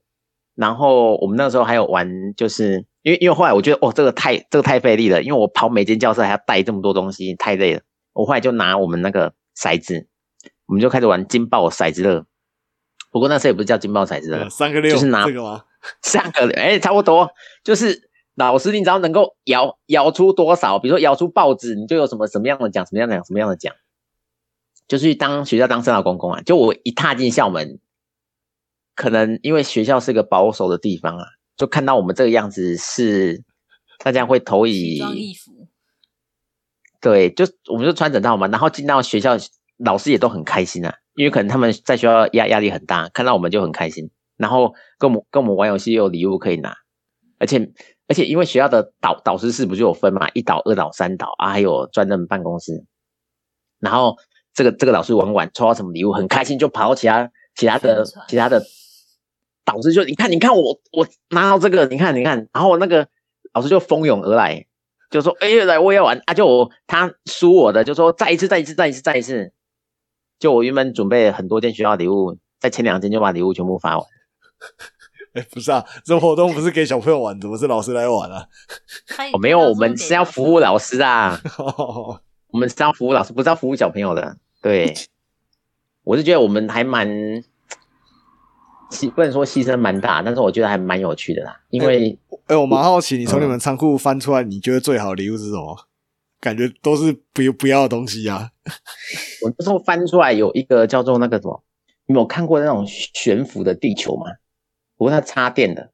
[SPEAKER 1] 然后我们那时候还有玩，就是因为因为后来我觉得，哦，这个太这个太费力了，因为我跑每间教室还要带这么多东西，太累了。我后来就拿我们那个骰子，我们就开始玩金爆骰子乐。不过那时候也不是叫金爆骰子乐，
[SPEAKER 4] 呃三个六
[SPEAKER 1] 哎就是拿
[SPEAKER 4] 这个吗？
[SPEAKER 1] 上个哎、差不多就是老师，你只要能够摇摇出多少，比如说摇出报纸，你就有什么什么样的奖，什么样的奖，什么样的奖，就是去当学校当生老公公啊。就我一踏进校门，可能因为学校是个保守的地方啊，就看到我们这个样子是大家会投
[SPEAKER 2] 奇
[SPEAKER 1] 以
[SPEAKER 2] 装异服，
[SPEAKER 1] 对，就我们就穿整套嘛，然后进到学校，老师也都很开心啊，因为可能他们在学校压压力很大，看到我们就很开心，然后跟我们跟我们玩游戏又有礼物可以拿，而且而且因为学校的导导师室不就有分嘛，一导、二导、三导啊，还有专任办公室，然后这个这个老师玩完抽到什么礼物，很开心就跑到其他其他的
[SPEAKER 2] 宣传
[SPEAKER 1] 其他的导师就你看你看我我拿到这个，你看你看，然后那个老师就蜂拥而来，就说：“哎、来，我也要玩啊！”就我他输我的，就说再一次，再一次，再一次，再一次。就我原本准备很多件学校礼物，在前两天就把礼物全部发完。
[SPEAKER 4] 哎、不是啊，这活动不是给小朋友玩，怎么是老师来玩啊？
[SPEAKER 2] 他也
[SPEAKER 1] 哦，没有，我们是要服务老师啊， 我们是要服务老师，不是要服务小朋友的。对，我是觉得我们还蛮牺，不能说牺牲蛮大，但是我觉得还蛮有趣的啦，因为
[SPEAKER 4] 哎、我蛮好奇，
[SPEAKER 1] 嗯
[SPEAKER 4] 你从你们仓库翻出来，你觉得最好的礼物是什么？感觉都是不要不要的东西啊。
[SPEAKER 1] 我那时候翻出来有一个叫做那个什么，你有看过那种悬浮的地球吗？不过它插电的，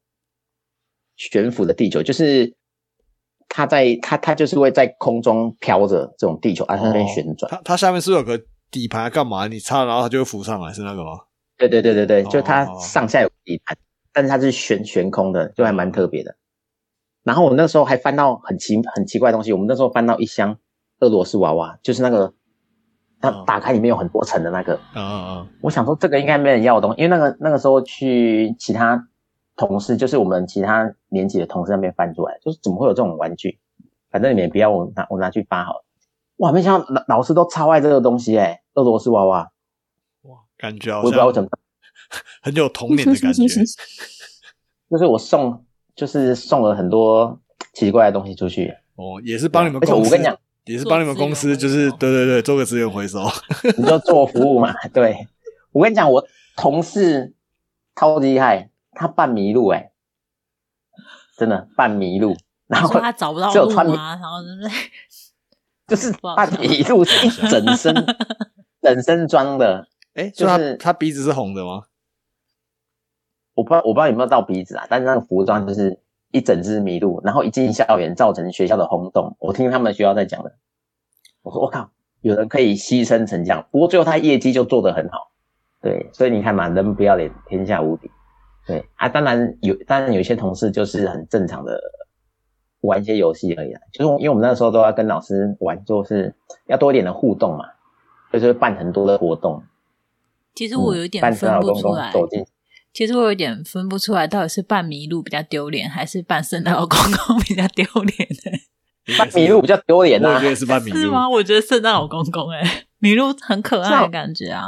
[SPEAKER 1] 悬浮的地球就是它在它它就是会在空中飘着这种地球，啊，它在那边旋转。
[SPEAKER 4] 哦它它下面是不是有个底盘干嘛？你插，然后它就会浮上来，是那个吗？
[SPEAKER 1] 对对对对对，
[SPEAKER 4] 哦
[SPEAKER 1] 就它上下有底盘，但是它是悬悬空的，就还蛮特别的。然后我那时候还翻到很奇很奇怪的东西，我们那时候翻到一箱俄罗斯娃娃，就是那个它
[SPEAKER 4] 哦
[SPEAKER 1] 打开里面有很多层的那个。
[SPEAKER 4] 嗯嗯
[SPEAKER 1] 我想说这个应该没人要的东西，因为那个那个时候去其他同事，就是我们其他年级的同事那边翻出来，就是怎么会有这种玩具？反正你们也不要，我拿我拿去发好了。哇，没想到老老师都超爱这个东西哎、俄罗斯娃娃，
[SPEAKER 4] 嗯，哇，感觉
[SPEAKER 1] 我
[SPEAKER 4] 好
[SPEAKER 1] 也不知道为
[SPEAKER 4] 像
[SPEAKER 1] 什么，
[SPEAKER 4] 很有童年的感觉。
[SPEAKER 1] 就是我送，就是送了很多奇怪的东西出去。
[SPEAKER 4] 哦，也是帮你们
[SPEAKER 1] 啊而且我
[SPEAKER 4] 公司，
[SPEAKER 1] 跟你讲
[SPEAKER 4] 也是帮你们公司，就是
[SPEAKER 2] 做
[SPEAKER 4] 对对对，做个资源 回收。
[SPEAKER 1] 你就做服务嘛。 对我跟你讲，我同事超厉害，他扮迷路哎、真的扮迷路，然
[SPEAKER 2] 他
[SPEAKER 1] 后
[SPEAKER 2] 说他找不到
[SPEAKER 1] 只有
[SPEAKER 2] 路
[SPEAKER 1] 穿
[SPEAKER 2] 啊，然后是不是？
[SPEAKER 1] 就是
[SPEAKER 2] 不好
[SPEAKER 1] 他
[SPEAKER 2] 笑
[SPEAKER 1] 一路是一整 身整身装的，
[SPEAKER 4] 哎，
[SPEAKER 1] 就
[SPEAKER 4] 所以它
[SPEAKER 1] 是
[SPEAKER 4] 它鼻子是红的吗？
[SPEAKER 1] 我不知道我不知道有没有到鼻子啊，但是那个服装就是一整只麋鹿，然后一进校园造成学校的轰动。我听他们学校在讲的，我说我靠，有人可以牺牲成这样，不过最后他业绩就做得很好，对，所以你看嘛，人不要脸，天下无敌。对啊，当然有，当然有些同事就是很正常的玩一些游戏而已啦。啊就是我因为我们那时候都要跟老师玩，就是要多一点的互动嘛，就是会办很多的活动。
[SPEAKER 2] 其实
[SPEAKER 1] 嗯
[SPEAKER 2] 我有一点
[SPEAKER 1] 办
[SPEAKER 2] 分
[SPEAKER 1] 圣诞老
[SPEAKER 2] 不
[SPEAKER 1] 公
[SPEAKER 2] 出
[SPEAKER 1] 公
[SPEAKER 2] 来，
[SPEAKER 1] 走进
[SPEAKER 2] 其实我有点分不出来，到底是扮麋鹿比较丢脸，还是扮圣诞老公公比较丢脸呢？
[SPEAKER 1] 扮迷路比较啊丢脸
[SPEAKER 4] 我
[SPEAKER 1] 呐、
[SPEAKER 4] 也觉得是扮米
[SPEAKER 2] 是
[SPEAKER 4] 露。
[SPEAKER 2] 吗？我觉得圣诞老公公哎、麋鹿很可
[SPEAKER 1] 是
[SPEAKER 2] 爱
[SPEAKER 1] 啊
[SPEAKER 2] 的感觉啊，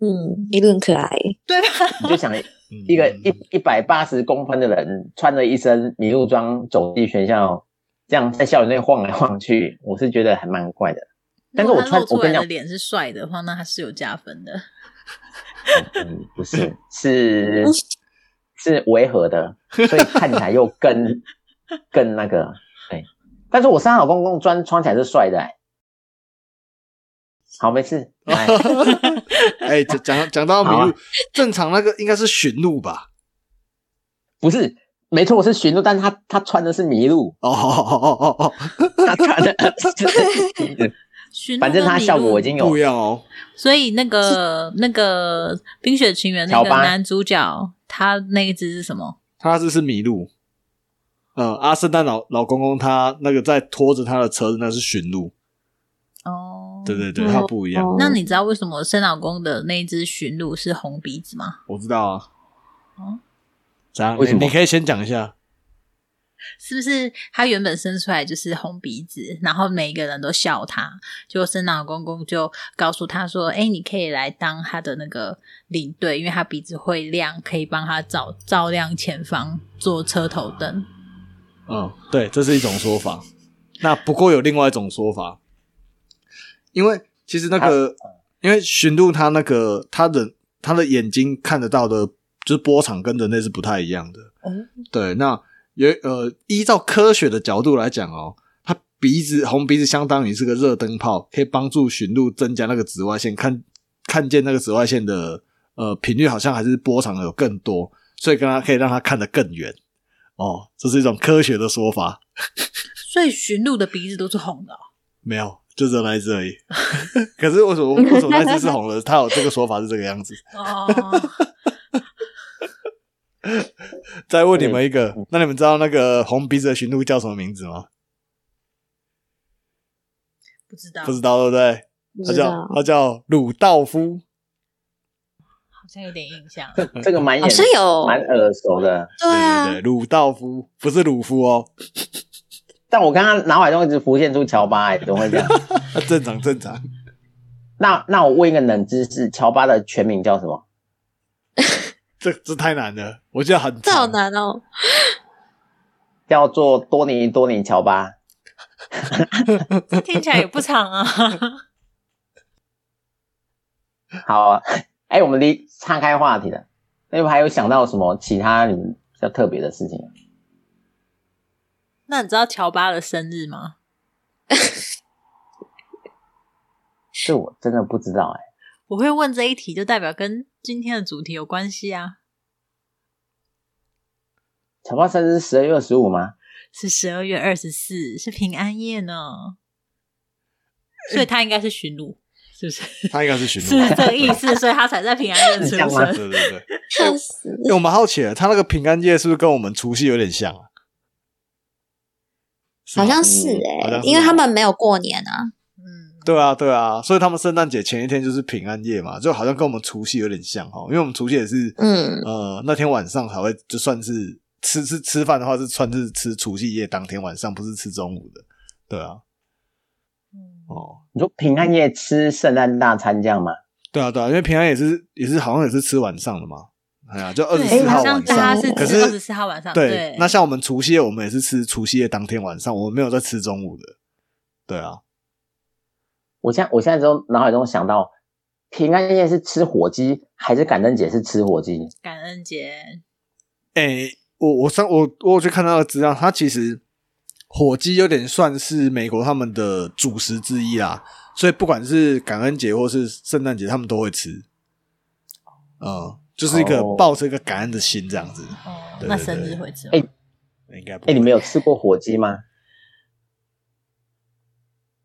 [SPEAKER 3] 嗯，一路很可爱。
[SPEAKER 2] 对啊吧？
[SPEAKER 1] 你就想
[SPEAKER 4] 嗯
[SPEAKER 1] 一个一一百八十公分的人穿着一身迷路装走进学校，这样在校园内晃来晃去，我是觉得还蛮怪的。但是我
[SPEAKER 2] 如果他
[SPEAKER 1] 穿
[SPEAKER 2] 露出
[SPEAKER 1] 我跟
[SPEAKER 2] 来
[SPEAKER 1] 你讲
[SPEAKER 2] 的脸是帅的话，那他是有加分的。
[SPEAKER 1] 嗯，不是， 是是违和的，所以看起来又 更更那个。对，但是我三好公公穿穿起来是帅的、欸。好，没事。 来
[SPEAKER 4] 哎，讲讲讲到麋
[SPEAKER 1] 好
[SPEAKER 4] 鹿
[SPEAKER 1] 啊，
[SPEAKER 4] 正常那个应该是驯鹿吧？
[SPEAKER 1] 不是，没错，我是驯鹿，但是他他穿的是麋鹿，
[SPEAKER 4] 哦哦哦哦
[SPEAKER 1] 他穿 的是 麋鹿
[SPEAKER 2] 驯鹿
[SPEAKER 1] 反正他
[SPEAKER 2] 跟麋
[SPEAKER 1] 效果
[SPEAKER 2] 鹿
[SPEAKER 1] 已经
[SPEAKER 4] 哦，
[SPEAKER 1] 有
[SPEAKER 4] 不一样哦。
[SPEAKER 2] 所以那个那个《冰雪情缘》那
[SPEAKER 1] 乔
[SPEAKER 2] 个
[SPEAKER 1] 巴
[SPEAKER 2] 男主角，他那一只是什么？
[SPEAKER 4] 它这是麋鹿，呃，阿圣诞老老公公他那个在拖着他的车子，那是驯鹿，
[SPEAKER 2] 哦，
[SPEAKER 4] 对对对，他不一样，
[SPEAKER 3] 哦
[SPEAKER 2] 那你知道为什么生老公的那一只驯鹿是红鼻子吗？
[SPEAKER 4] 我知道啊
[SPEAKER 2] 哦。
[SPEAKER 4] 怎样？
[SPEAKER 1] 为什
[SPEAKER 4] 你
[SPEAKER 1] 么
[SPEAKER 4] 你可以先讲一下，
[SPEAKER 2] 是不是他原本生出来就是红鼻子，然后每一个人都笑他，就生老公公就告诉他说：“哎、你可以来当他的那个领队，因为他鼻子会亮，可以帮他照照亮前方，做车头灯。
[SPEAKER 4] 嗯，对，这是一种说法。那不过有另外一种说法，因为其实那个，因为驯鹿它那个它的它的眼睛看得到的，就是波长跟人类是不太一样的。
[SPEAKER 2] 哦
[SPEAKER 4] 对，那也呃，依照科学的角度来讲哦，它鼻子红鼻子相当于是个热灯泡，可以帮助驯鹿增加那个紫外线看看见那个紫外线的呃频率，好像还是波长有更多，所以跟它可以让它看得更远。哦，这是一种科学的说法，
[SPEAKER 2] 所以驯鹿的鼻子都是红的哦、
[SPEAKER 4] 没有，就只有那一只 而已。可是为什么为什么那只是红的？它有这个说法是这个样子。
[SPEAKER 2] 哦，
[SPEAKER 4] 再问你们一个，那你们知道那个红鼻子的驯鹿叫什么名字吗？
[SPEAKER 2] 不知道，
[SPEAKER 4] 不知道，对不对？
[SPEAKER 3] 嗯不
[SPEAKER 4] 它
[SPEAKER 3] 知
[SPEAKER 4] 叫
[SPEAKER 3] 道，
[SPEAKER 4] 它叫鲁道夫。
[SPEAKER 2] 好像有点印 象。
[SPEAKER 1] 这个蛮眼
[SPEAKER 3] 好像有，
[SPEAKER 1] 蛮耳熟的，
[SPEAKER 3] 对啊
[SPEAKER 4] 对，对，鲁道夫不是鲁夫哦，
[SPEAKER 1] 但我刚刚脑海中一直浮现出乔巴、哎，怎么会这样？
[SPEAKER 4] 正常正常。
[SPEAKER 1] 那那我问一个冷知识，乔巴的全名叫什么？
[SPEAKER 4] 这这太难了，我觉得很
[SPEAKER 3] 这好
[SPEAKER 4] 长。
[SPEAKER 3] 难哦。
[SPEAKER 1] 叫做多尼多尼乔巴。
[SPEAKER 2] 听起来也不长啊。
[SPEAKER 1] 好、啊， 哎、我们离岔开话题了。那你们还有想到什么其他你们比较特别的事情？
[SPEAKER 2] 那你知道乔巴的生日吗？
[SPEAKER 1] 这我真的不知道哎、
[SPEAKER 2] 我会问这一题，就代表跟今天的主题有关系啊，
[SPEAKER 1] 乔巴生日是十二月二十五吗？
[SPEAKER 2] 是十二月二十四，是平安夜呢，所以他应该是驯鹿，是不是？
[SPEAKER 4] 他应该是驯
[SPEAKER 2] 是
[SPEAKER 4] 鹿，
[SPEAKER 2] 这个意思，所以他才在平安夜出
[SPEAKER 1] 你这样
[SPEAKER 4] 对
[SPEAKER 2] 生。
[SPEAKER 4] 对对。对
[SPEAKER 3] 笑死！
[SPEAKER 4] 因哎为我蛮好奇的，他那个平安夜是不是跟我们除夕有点像啊？是吗
[SPEAKER 3] 好像是
[SPEAKER 1] 嗯
[SPEAKER 2] 欸
[SPEAKER 4] 好
[SPEAKER 3] 哎、
[SPEAKER 4] 像是
[SPEAKER 3] 因为
[SPEAKER 4] 哦
[SPEAKER 3] 他们没有过年啊。
[SPEAKER 2] 嗯，
[SPEAKER 4] 对啊，对啊，所以他们圣诞节前一天就是平安夜嘛，就好像跟我们除夕有点像哈，因为我们除夕也是，
[SPEAKER 3] 嗯，
[SPEAKER 4] 呃，那天晚上才会就算是吃吃吃饭的话是算是吃除夕夜当天晚上，不是吃中午的，对啊，
[SPEAKER 2] 嗯
[SPEAKER 4] 哦，
[SPEAKER 1] 你说平安夜吃圣诞大餐这样吗？
[SPEAKER 4] 对啊，对啊，因为平安也是也是好像也是吃晚上的嘛，哎呀、就二十
[SPEAKER 2] 对，
[SPEAKER 4] 四号
[SPEAKER 2] 好像
[SPEAKER 4] 晚
[SPEAKER 2] 大家
[SPEAKER 4] 上，
[SPEAKER 2] 是
[SPEAKER 4] 可
[SPEAKER 2] 吃二十
[SPEAKER 4] 是
[SPEAKER 2] 四号晚上，
[SPEAKER 4] 对
[SPEAKER 2] 对，
[SPEAKER 4] 那像我们除夕夜，我们也是吃除夕夜当天晚上，我们没有在吃中午的，对啊，
[SPEAKER 1] 我现在我现在中脑海中想到，平安夜是吃火鸡，还是感恩节是吃火鸡？
[SPEAKER 2] 感恩节，
[SPEAKER 4] 诶、我我上我我有去看他的资料，他其实火鸡有点算是美国他们的主食之一啦，所以不管是感恩节或是圣诞节，他们都会吃，嗯，就是一个
[SPEAKER 1] 哦
[SPEAKER 4] 抱着一个感恩的心这样子，
[SPEAKER 2] 哦，
[SPEAKER 4] 对
[SPEAKER 2] 那
[SPEAKER 4] 对
[SPEAKER 2] 生
[SPEAKER 4] 对
[SPEAKER 2] 日会吃吗
[SPEAKER 1] 哎
[SPEAKER 4] 应该不
[SPEAKER 1] 哎、你
[SPEAKER 4] 会
[SPEAKER 1] 们有吃过火鸡吗？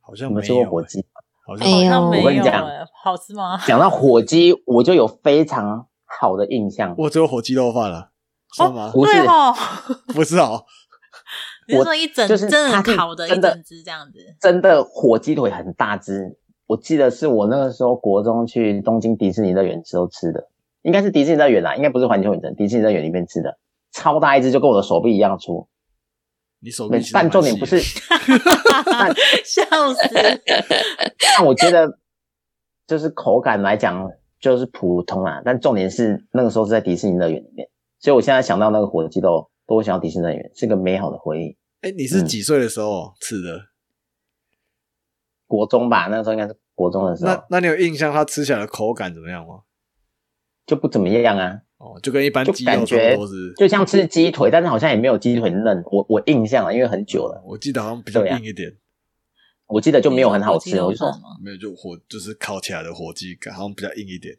[SPEAKER 4] 好像
[SPEAKER 1] 你
[SPEAKER 4] 没
[SPEAKER 1] 们吃过
[SPEAKER 4] 有
[SPEAKER 1] 火
[SPEAKER 4] 欸，
[SPEAKER 1] 鸡？
[SPEAKER 4] 好像
[SPEAKER 3] 没
[SPEAKER 2] 那
[SPEAKER 3] 有，
[SPEAKER 2] 没
[SPEAKER 1] 我跟你
[SPEAKER 2] 有
[SPEAKER 1] 讲
[SPEAKER 2] 哎，好吃吗？
[SPEAKER 1] 讲到火鸡，我就有非常好的印象。
[SPEAKER 4] 我只有火鸡肉饭了，是吗？
[SPEAKER 1] 不是
[SPEAKER 2] 对哦，
[SPEAKER 4] 不是哦，
[SPEAKER 2] 你是说一整
[SPEAKER 1] 就是
[SPEAKER 2] 真
[SPEAKER 1] 它
[SPEAKER 2] 的
[SPEAKER 1] 是
[SPEAKER 2] 烤的一
[SPEAKER 1] 真的
[SPEAKER 2] 整只 这样子，
[SPEAKER 1] 真的火鸡腿很大只，我记得是我那个时候国中去东京迪士尼乐园时候吃的，应该是迪士尼乐园啦，应该不是环球影城，迪士尼乐园里面吃的，超大一只，就跟我的手臂一样粗。
[SPEAKER 4] 你手
[SPEAKER 1] 没
[SPEAKER 4] 臂其实
[SPEAKER 1] 但
[SPEAKER 4] 蛮
[SPEAKER 1] 重点
[SPEAKER 4] 细
[SPEAKER 1] 不是，
[SPEAKER 4] 的
[SPEAKER 2] 笑死！
[SPEAKER 1] 但我觉得就是口感来讲就是普通啦，但重点是那个时候是在迪士尼乐园里面，所以我现在想到那个火鸡都都会想到迪士尼乐园，是个美好的回忆。
[SPEAKER 4] 哎、你是
[SPEAKER 1] 嗯
[SPEAKER 4] 几岁的时候吃的？
[SPEAKER 1] 国中吧，那时候应该是国中的时候
[SPEAKER 4] 那，那你有印象它吃起来的口感怎么样吗？
[SPEAKER 1] 就不怎么样啊。
[SPEAKER 4] 哦，就跟一般
[SPEAKER 1] 就
[SPEAKER 4] 鸡
[SPEAKER 1] 感
[SPEAKER 4] 肉差
[SPEAKER 1] 觉
[SPEAKER 4] 不多是，
[SPEAKER 1] 就像吃鸡腿，但是好像也没有鸡腿嫩。我我印象啊了，因为很久了，
[SPEAKER 4] 哦我记得好像比较
[SPEAKER 1] 对啊
[SPEAKER 4] 硬一点，
[SPEAKER 1] 我记得 就没有很好
[SPEAKER 2] 你
[SPEAKER 1] 吃。
[SPEAKER 2] 有
[SPEAKER 1] 我
[SPEAKER 2] 火
[SPEAKER 1] 就
[SPEAKER 2] 鸡肉
[SPEAKER 1] 说
[SPEAKER 2] 饭，吗？
[SPEAKER 4] 没有就火就是烤起来的火鸡感好像比较硬一点。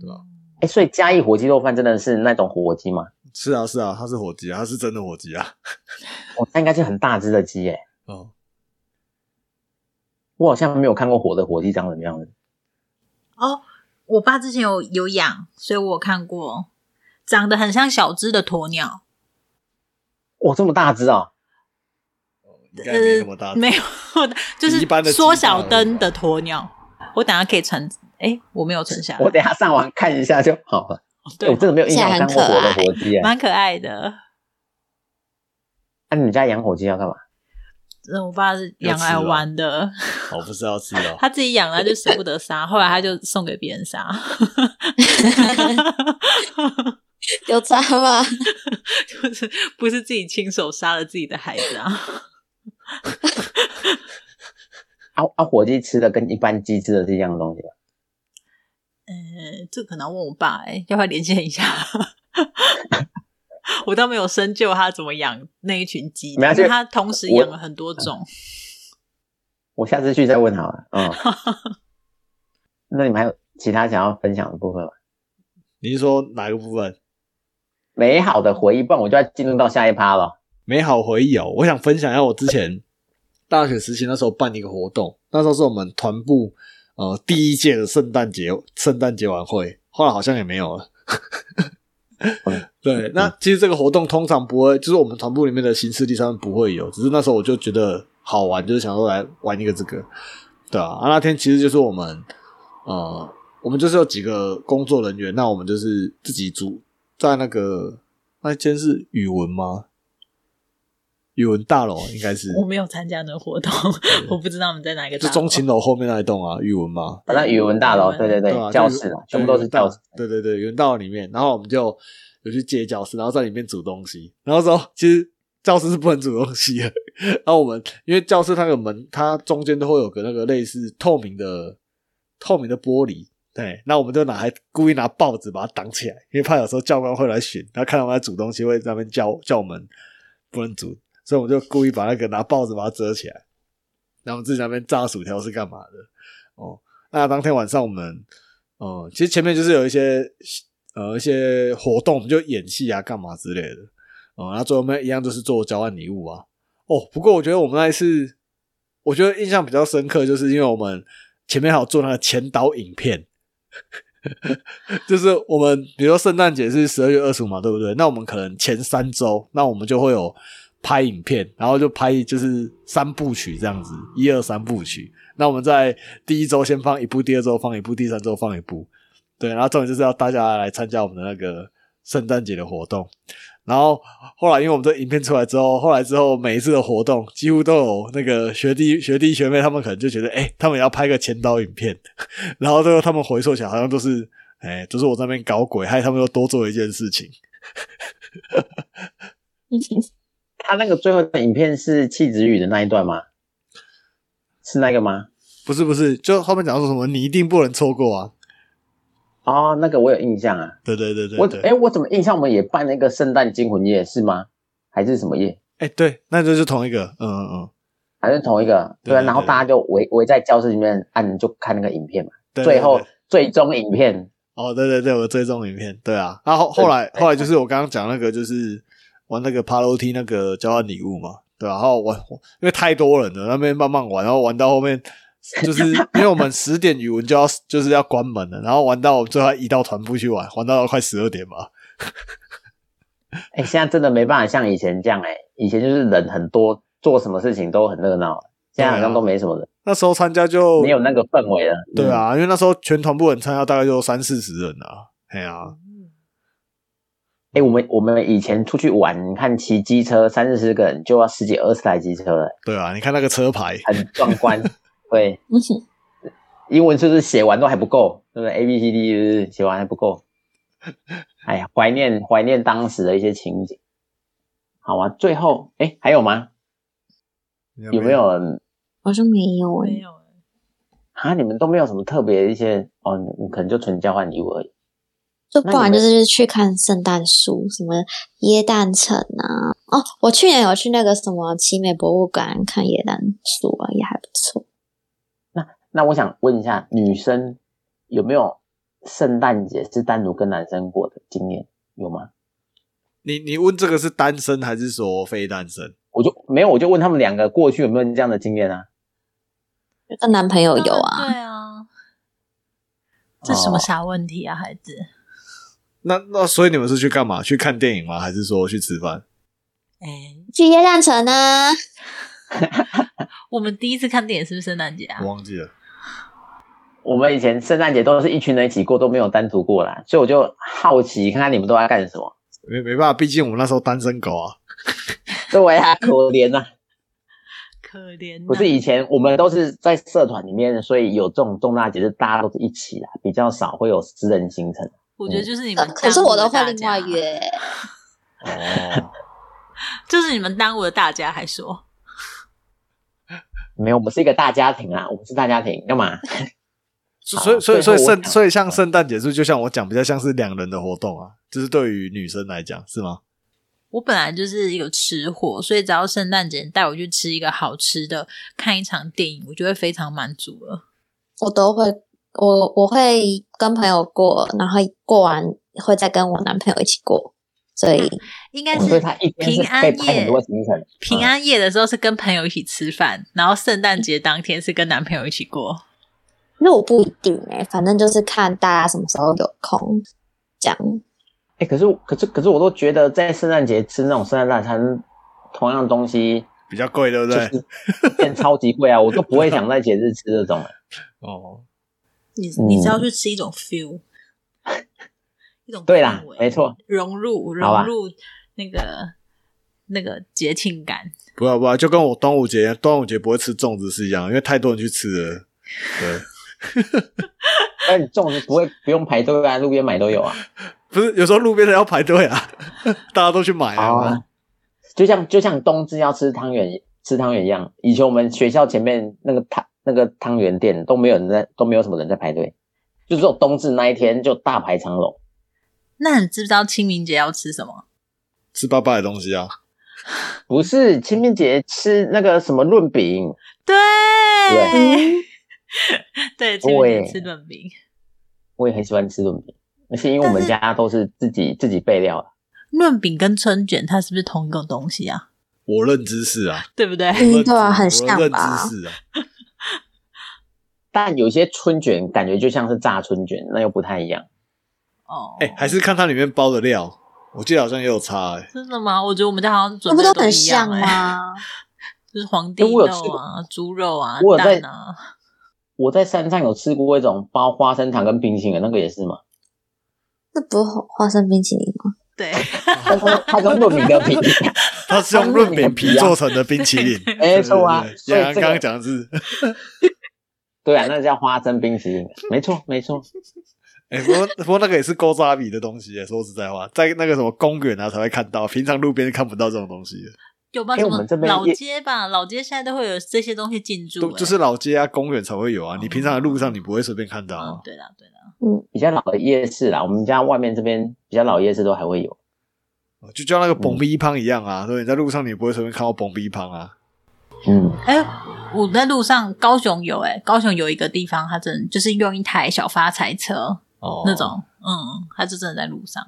[SPEAKER 4] 对吧
[SPEAKER 1] 哎，所以嘉义火鸡肉饭真的是那种火鸡吗？
[SPEAKER 4] 是啊是啊，它是火鸡啊，它是真的火鸡啊。
[SPEAKER 1] 哦，那应该是很大只的鸡耶。
[SPEAKER 4] 哦，
[SPEAKER 1] 我好像没有看过活的火鸡长什么样子。
[SPEAKER 2] 哦，我爸之前有有养，所以我有看过，长得很像小只的鸵鸟。
[SPEAKER 1] 哇，这么大只哦！呃
[SPEAKER 4] 应该没那么
[SPEAKER 1] 啊
[SPEAKER 4] 大，
[SPEAKER 2] 没有，就是
[SPEAKER 4] 一般的鸡
[SPEAKER 2] 缩小
[SPEAKER 4] 蛋
[SPEAKER 2] 灯的鸵鸟。我等下可以存，哎，我没有存下来，
[SPEAKER 1] 我等一下上网看一下就好了。
[SPEAKER 2] 对
[SPEAKER 1] 欸我真的没有印象我
[SPEAKER 3] 现
[SPEAKER 1] 看
[SPEAKER 3] 在很
[SPEAKER 1] 过活的
[SPEAKER 3] 可爱
[SPEAKER 1] 火鸡耶。
[SPEAKER 2] 蛮可爱的。
[SPEAKER 1] 那你们家养火鸡要干嘛？
[SPEAKER 2] 嗯，我爸是养来 玩的，
[SPEAKER 4] 我不是要吃啊哦。
[SPEAKER 2] 他自己养了就舍不得杀，后来他就送给别人杀。
[SPEAKER 3] 有差吗？
[SPEAKER 2] 就是不是自己亲手杀了自己的孩子啊？
[SPEAKER 1] 啊啊，火鸡吃的跟一般鸡吃的是一样的东西吧？
[SPEAKER 2] 呃，这可能要问我爸、欸，要不要连线一下？ 我倒没有深究他怎么养那一群鸡，
[SPEAKER 1] 没
[SPEAKER 2] 但
[SPEAKER 1] 关系嗯
[SPEAKER 2] 是他同时养了很多种。
[SPEAKER 1] 我下次去再问好了。 嗯，那你们还有其他想要分享的部分吗？
[SPEAKER 4] 你是说哪个部分？
[SPEAKER 1] 美好的回忆，不然我就要进入到下一趴了。
[SPEAKER 4] 美好回忆哦，我想分享一下我之前大学时期那时候办一个活动，那时候是我们团部呃第一届的圣诞节圣诞节晚会，后来好像也没有了。 对，那其实这个活动通常不会，就是我们团部里面的新势力他们不会有，只是那时候我就觉得好玩，就是想说来玩一个这个，对啊，啊那天其实就是我们呃，我们就是有几个工作人员，那我们就是自己组在那个那间是语文吗？语文大楼啊应该是
[SPEAKER 2] 我没有参加那个活动，我不知道我们在哪一个大
[SPEAKER 4] 就
[SPEAKER 2] 楼。
[SPEAKER 4] 中情楼后面那一栋啊，语文嘛，
[SPEAKER 1] 反正语文大楼，
[SPEAKER 2] 语文
[SPEAKER 1] 对对
[SPEAKER 4] 对啊，
[SPEAKER 1] 教
[SPEAKER 4] 就
[SPEAKER 1] 室啊
[SPEAKER 4] 就，
[SPEAKER 1] 全部都是教室。
[SPEAKER 4] 对对对，原道里面，然后我们就有去借教室，然后在里面煮东西，然后说其实教室是不能煮东西的， 然后我们因为教室那个门，它中间都会有个那个类似透明的透明的玻璃。对，那我们就拿还故意拿报纸把它挡起来，因为怕有时候教官会来巡，他看到我们在煮东西会在那边叫叫我们不能煮，所以我们就故意把那个拿报纸把它遮起来。然后我们自己在那边炸薯条是干嘛的？哦，那当天晚上我们，呃，其实前面就是有一些呃一些活动，我们就演戏啊、干嘛之类的，哦、那最后面一样就是做交换礼物啊。哦，不过我觉得我们那一次，我觉得印象比较深刻，就是因为我们前面还有做那个前导影片。 就是我们，比如说圣诞节是十二月二十五嘛，对不对？那我们可能前三周，那我们就会有拍影片，然后就拍就是三部曲这样子，一二三部曲。那我们在第一周先放一部，第二周放一部，第三周放一部，对，然后重点就是要大家来参加我们的那个圣诞节的活动。然后后来因为我们这影片出来之后，后来之后每一次的活动几乎都有那个学弟学弟学妹他们可能就觉得，哎、他们也要拍个前导影片， 然后最后他们回溯起来好像都是，哎、都是我在那边搞鬼，害他们又多做一件事情。
[SPEAKER 1] 他那个最后的影片是气质语的那一段吗？是那个吗？
[SPEAKER 4] 不是不是，就后面讲说什么你一定不能错过啊！
[SPEAKER 1] 哦，那个我有印象啊。
[SPEAKER 4] 对对对对
[SPEAKER 1] 我
[SPEAKER 4] 对，
[SPEAKER 1] 哎、我怎么印象我们也办那个圣诞惊魂夜是吗？还是什么夜？
[SPEAKER 4] 哎、对，那就是同一个，嗯嗯嗯，
[SPEAKER 1] 还是同一个？
[SPEAKER 4] 对
[SPEAKER 1] 对啊，
[SPEAKER 4] 对
[SPEAKER 1] 然后
[SPEAKER 4] 对
[SPEAKER 1] 大家就围围在教室里面按，就看那个影片嘛。
[SPEAKER 4] 对
[SPEAKER 1] 最
[SPEAKER 4] 对对
[SPEAKER 1] 后最终影片，
[SPEAKER 4] 哦，对对对，我追踪影片，对啊。然后后来
[SPEAKER 1] 哎
[SPEAKER 4] 后来就是我刚刚讲那个，就是玩那个爬楼梯那个交换礼物嘛，对啊。然后玩，因为太多人了，那边慢慢玩，然后玩到后面，就是因为我们十点语文就要就是要关门了，然后玩到我们最后移到团部去玩，玩到快十二点吧。
[SPEAKER 1] 哎、现在真的没办法像以前这样哎、以前就是人很多，做什么事情都很热闹，现在好像都没什么人，
[SPEAKER 4] 那时候参加就
[SPEAKER 1] 没有那个氛围了。
[SPEAKER 4] 对
[SPEAKER 1] 嗯，
[SPEAKER 4] 啊，因为那时候全团部人参加大概就三四十人啊，哎呀、啊，
[SPEAKER 1] 哎、我们我们以前出去玩，你看骑机车三四十个人就要十几二十台机车了，
[SPEAKER 4] 对啊，你看那个车牌，
[SPEAKER 1] 很壮观。对，英文是不是写完都还不够？对不对？A B C D 是不是写完还不够？哎呀，怀念怀念当时的一些情景。好啊，最后哎，还有吗？有没？有人
[SPEAKER 3] 好像没有诶、
[SPEAKER 2] 没有欸，
[SPEAKER 1] 啊？你们都没有什么特别的一些哦，你可能就纯交换礼物而已。
[SPEAKER 3] 就
[SPEAKER 1] 那
[SPEAKER 3] 不然
[SPEAKER 1] 你
[SPEAKER 3] 就
[SPEAKER 1] 们
[SPEAKER 3] 是去看圣诞树，什么椰蛋城啊。哦，我去年有去那个什么奇美博物馆看椰蛋树啊，也还不错。
[SPEAKER 1] 那我想问一下，女生有没有圣诞节是单独跟男生过的经验？有吗？
[SPEAKER 4] 你你问这个是单身还是说非单身？
[SPEAKER 1] 我就没有，我就问他们两个过去有没有这样的经验啊？
[SPEAKER 3] 跟男朋友有
[SPEAKER 2] 当
[SPEAKER 3] 啊，
[SPEAKER 2] 然对啊，这
[SPEAKER 1] 哦
[SPEAKER 2] 什么傻问题啊，孩子？
[SPEAKER 4] 那那所以你们是去干嘛？去看电影吗？还是说去吃饭？
[SPEAKER 2] 哎、
[SPEAKER 3] 去耶诞城啊！
[SPEAKER 2] 我们第一次看电影是不是圣诞节啊
[SPEAKER 4] 我？忘记了。
[SPEAKER 1] 我们以前圣诞节都是一群人一起过，都没有单独过啦，所以我就好奇看看你们都在干什么。
[SPEAKER 4] 没没办法，毕竟我们那时候单身狗啊。
[SPEAKER 1] 对呀、可怜啊！
[SPEAKER 2] 可怜、啊，
[SPEAKER 1] 不是以前我们都是在社团里面，所以有这种重大节日大家都是一起啦，比较少会有私人行程。
[SPEAKER 2] 我觉得嗯就是你们、
[SPEAKER 3] 呃可是我都会另外，约，
[SPEAKER 4] 哦，
[SPEAKER 2] 就是你们耽误了大家，还说
[SPEAKER 1] 没有，我们是一个大家庭啊，我们是大家庭，干嘛？
[SPEAKER 4] 所以所以所
[SPEAKER 1] 最
[SPEAKER 4] 以
[SPEAKER 1] 后我
[SPEAKER 4] 圣
[SPEAKER 1] 想
[SPEAKER 4] 所以像圣诞节是不是就像我讲，比较像是两人的活动啊，就是对于女生来讲是吗？
[SPEAKER 2] 我本来就是有吃货，所以只要圣诞节带我去吃一个好吃的，看一场电影，我就会非常满足了。
[SPEAKER 3] 我都会，我我会跟朋友过，然后过完会再跟我男朋友一起过，所以
[SPEAKER 2] 应该
[SPEAKER 1] 我对
[SPEAKER 2] 是
[SPEAKER 1] 他一天是
[SPEAKER 2] 平
[SPEAKER 1] 被
[SPEAKER 2] 安
[SPEAKER 1] 拍很
[SPEAKER 2] 夜
[SPEAKER 1] 多行程，嗯
[SPEAKER 2] 平安夜的时候是跟朋友一起吃饭，然后圣诞节当天是跟男朋友一起过。
[SPEAKER 3] 那我不一定哎、反正就是看大家什么时候有空，这样
[SPEAKER 1] 哎、可是我可是可是我都觉得在圣诞节吃那种圣诞大餐，同样的东西
[SPEAKER 4] 比较贵，对不
[SPEAKER 1] 就
[SPEAKER 4] 对？
[SPEAKER 1] 是变超级贵啊，我都不会想在节日吃这 种、
[SPEAKER 4] 哦，
[SPEAKER 2] 你
[SPEAKER 1] 嗯
[SPEAKER 2] 你只要去吃一种 feel，一种
[SPEAKER 1] 对啦
[SPEAKER 2] 氛围，
[SPEAKER 1] 没错，
[SPEAKER 2] 融入
[SPEAKER 1] 好吧
[SPEAKER 2] 融入那个那个节庆感。
[SPEAKER 4] 不啊要不要，就跟我端午节端午节不会吃粽子是一样，因为太多人去吃了。对，
[SPEAKER 1] 但你粽子不会不用排队啊，路边买都 有啊。
[SPEAKER 4] 不是有时候路边的要排队啊， 大家都去买啊。，
[SPEAKER 1] 就像就像冬至要吃汤圆吃汤圆一样，以前我们学校前面那个汤那个汤圆店都没有人在，都没有什么人在排队，就只有冬至那一天就大排长龙。
[SPEAKER 2] 那你知不知道清明节要吃什么？
[SPEAKER 4] 吃爸爸的东西啊，
[SPEAKER 1] 不是清明节吃那个什么润饼，
[SPEAKER 2] 对嗯
[SPEAKER 1] 对
[SPEAKER 2] 对，清明
[SPEAKER 1] 对
[SPEAKER 2] 节吃润饼。
[SPEAKER 1] 我也很喜欢吃润饼，而且因为我们家都是自己自己备料的。
[SPEAKER 2] 润饼跟春卷它是不是同一个东西啊？
[SPEAKER 4] 我认知是啊，
[SPEAKER 2] 对不对？
[SPEAKER 3] 嗯，对啊，
[SPEAKER 4] 我
[SPEAKER 3] 很
[SPEAKER 4] 认
[SPEAKER 3] 像吧
[SPEAKER 4] 知？是啊，
[SPEAKER 1] 但有些春卷感觉就像是炸春卷，那又不太一样。
[SPEAKER 2] 哦，
[SPEAKER 4] 哎、还是看它里面包的料，我记得好像也有差哎、
[SPEAKER 2] 真的吗？我觉得我们家好像
[SPEAKER 3] 那
[SPEAKER 2] 准
[SPEAKER 3] 不
[SPEAKER 2] 备
[SPEAKER 3] 都
[SPEAKER 2] 的
[SPEAKER 3] 很
[SPEAKER 2] 一样、
[SPEAKER 3] 像
[SPEAKER 2] 哎，
[SPEAKER 3] 吗？
[SPEAKER 2] 就是皇帝
[SPEAKER 1] 哎我有吃
[SPEAKER 2] 肉啊、猪肉啊
[SPEAKER 1] 我、有在
[SPEAKER 2] 蛋 啊。
[SPEAKER 1] 我在山上有吃过一种包花生糖跟冰淇淋的，那个也是嘛，
[SPEAKER 3] 那不是花生冰淇淋吗？
[SPEAKER 2] 对，
[SPEAKER 1] 它跟它跟润饼的比，
[SPEAKER 4] 它是用润饼皮做成的冰淇淋。
[SPEAKER 1] 没错啊。
[SPEAKER 4] 对
[SPEAKER 1] 所以
[SPEAKER 4] 对对
[SPEAKER 1] 这
[SPEAKER 4] 刚刚
[SPEAKER 1] 个
[SPEAKER 4] 讲的是，
[SPEAKER 1] 对啊，那叫花生冰淇淋，没错没错。
[SPEAKER 4] 哎、不过不过那个也是勾扎比的东西、欸。说实在话，在那个什么公园啊才会看到，平常路边看不到这种东西的，
[SPEAKER 2] 有吧？
[SPEAKER 1] 哎
[SPEAKER 2] 什
[SPEAKER 1] 我
[SPEAKER 2] 么
[SPEAKER 1] 们这边
[SPEAKER 2] 老
[SPEAKER 1] 也
[SPEAKER 2] 街吧？老街现在都会有这些东西进驻、
[SPEAKER 4] 都
[SPEAKER 2] 哎
[SPEAKER 4] 就是老街啊、公园才会有啊。
[SPEAKER 2] 哦
[SPEAKER 4] 你平常的路上你不会随便看到、啊
[SPEAKER 2] 嗯，。对啦，对啦，
[SPEAKER 1] 比较老的夜市啦，我们家外面这边比较老的夜市都还会有。
[SPEAKER 4] 哦就像那个蹦逼胖一样啊，所以你在路上你不会随便看到蹦逼胖啊。
[SPEAKER 1] 嗯，
[SPEAKER 2] 哎、我在路上，高雄有哎、高雄有一个地方，它真的就是用一台小发财车、
[SPEAKER 4] 哦
[SPEAKER 2] 那种，嗯，它就真的在路上。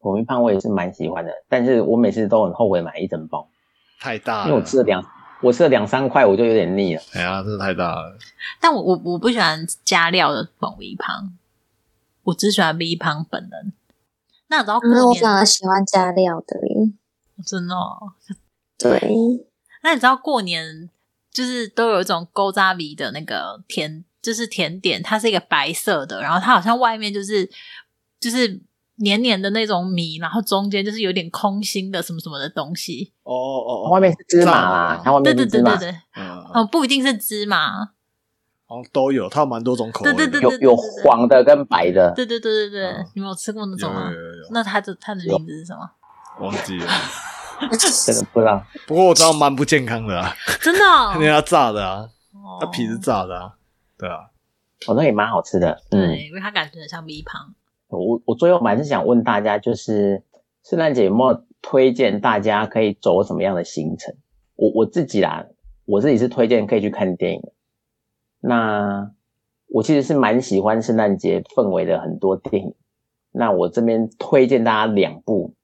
[SPEAKER 1] 火鸡胖我也是蛮喜欢的，但是我每次都很后悔买一整包，
[SPEAKER 4] 太大
[SPEAKER 1] 因为我
[SPEAKER 4] 了，
[SPEAKER 1] 吃了两我吃了两三块我就有点腻了。
[SPEAKER 4] 哎呀，真的太大了。
[SPEAKER 2] 但我我我不喜欢加料的某一旁，我只喜欢 V 旁本人。那你知道过
[SPEAKER 3] 嗯，我
[SPEAKER 2] 年、哦
[SPEAKER 3] 反而喜欢加料的耶。
[SPEAKER 2] 真的、哦？
[SPEAKER 3] 对，
[SPEAKER 2] 那你知道过年就是都有一种勾扎米的那个甜，就是甜点，它是一个白色的，然后它好像外面就是就是黏黏的那种米，然后中间就是有点空心的什么什么的东西。
[SPEAKER 4] 哦哦哦，
[SPEAKER 1] 外面是芝麻啦，它外
[SPEAKER 2] 对
[SPEAKER 1] 面哦
[SPEAKER 2] 对
[SPEAKER 1] 是芝
[SPEAKER 2] 哦对
[SPEAKER 1] 麻
[SPEAKER 2] 对，对，
[SPEAKER 4] 嗯，
[SPEAKER 2] 哦，不一定是芝麻，
[SPEAKER 4] 好像都有，它有蛮多种口味的。
[SPEAKER 2] 对对对
[SPEAKER 1] 有有黄的跟白的，
[SPEAKER 2] 对对对对对
[SPEAKER 4] 嗯，
[SPEAKER 2] 你们有吃过那
[SPEAKER 4] 有
[SPEAKER 2] 种啊吗
[SPEAKER 4] 有？有有有，
[SPEAKER 2] 那它的它的名字是什么？
[SPEAKER 4] 忘记了。
[SPEAKER 1] 这个不知道。
[SPEAKER 4] 不过我知道蛮不健康的啊，
[SPEAKER 2] 真的 哦
[SPEAKER 4] 因为，它炸的啊，
[SPEAKER 2] 哦
[SPEAKER 4] 它皮是炸的啊，对啊。
[SPEAKER 1] 哦，那也蛮好吃的。嗯，
[SPEAKER 2] 对，因为它感觉很像米旁。
[SPEAKER 1] 我我最后蛮是想问大家，就是圣诞节有没有推荐大家可以走什么样的行程？我我自己啦，我自己是推荐可以去看电影的。那我其实是蛮喜欢圣诞节氛围的很多电影。那我这边推荐大家两部，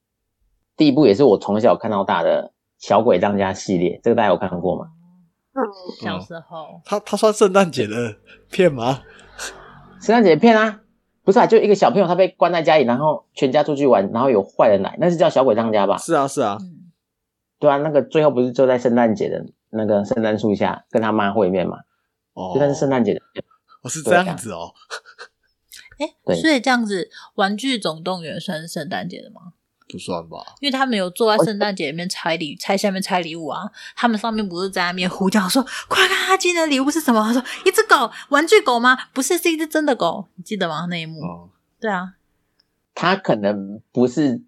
[SPEAKER 1] 第一部也是我从小看到大的《小鬼当家》系列，这个大家有看过吗？
[SPEAKER 4] 嗯
[SPEAKER 2] 小时候，
[SPEAKER 4] 它它算圣诞节的片吗？
[SPEAKER 1] 圣诞节片啊，不是啊，就一个小朋友他被关在家里，然后全家出去玩，然后有坏人来，那是叫《小鬼当家》吧？
[SPEAKER 4] 是啊是啊，
[SPEAKER 2] 嗯，
[SPEAKER 1] 对啊，那个最后不是就在圣诞节的那个圣诞树下跟他妈会面嘛？
[SPEAKER 4] 哦
[SPEAKER 1] 就，算是圣诞节啊的，
[SPEAKER 4] 哦是这样子哦，
[SPEAKER 2] 哎、
[SPEAKER 1] 对
[SPEAKER 2] 所以这样子，《玩具总动员》算是圣诞节的吗？
[SPEAKER 4] 不算吧？
[SPEAKER 2] 因为他们有坐在圣诞节里面拆礼拆下面拆礼物啊，他们上面不是在那边呼叫说：“快看，他今天的礼物是什么？”他说：“一只狗，玩具狗吗？不是，是一只真的狗。”你记得吗？那一幕？
[SPEAKER 4] 哦，
[SPEAKER 2] 对啊，
[SPEAKER 1] 他可能不是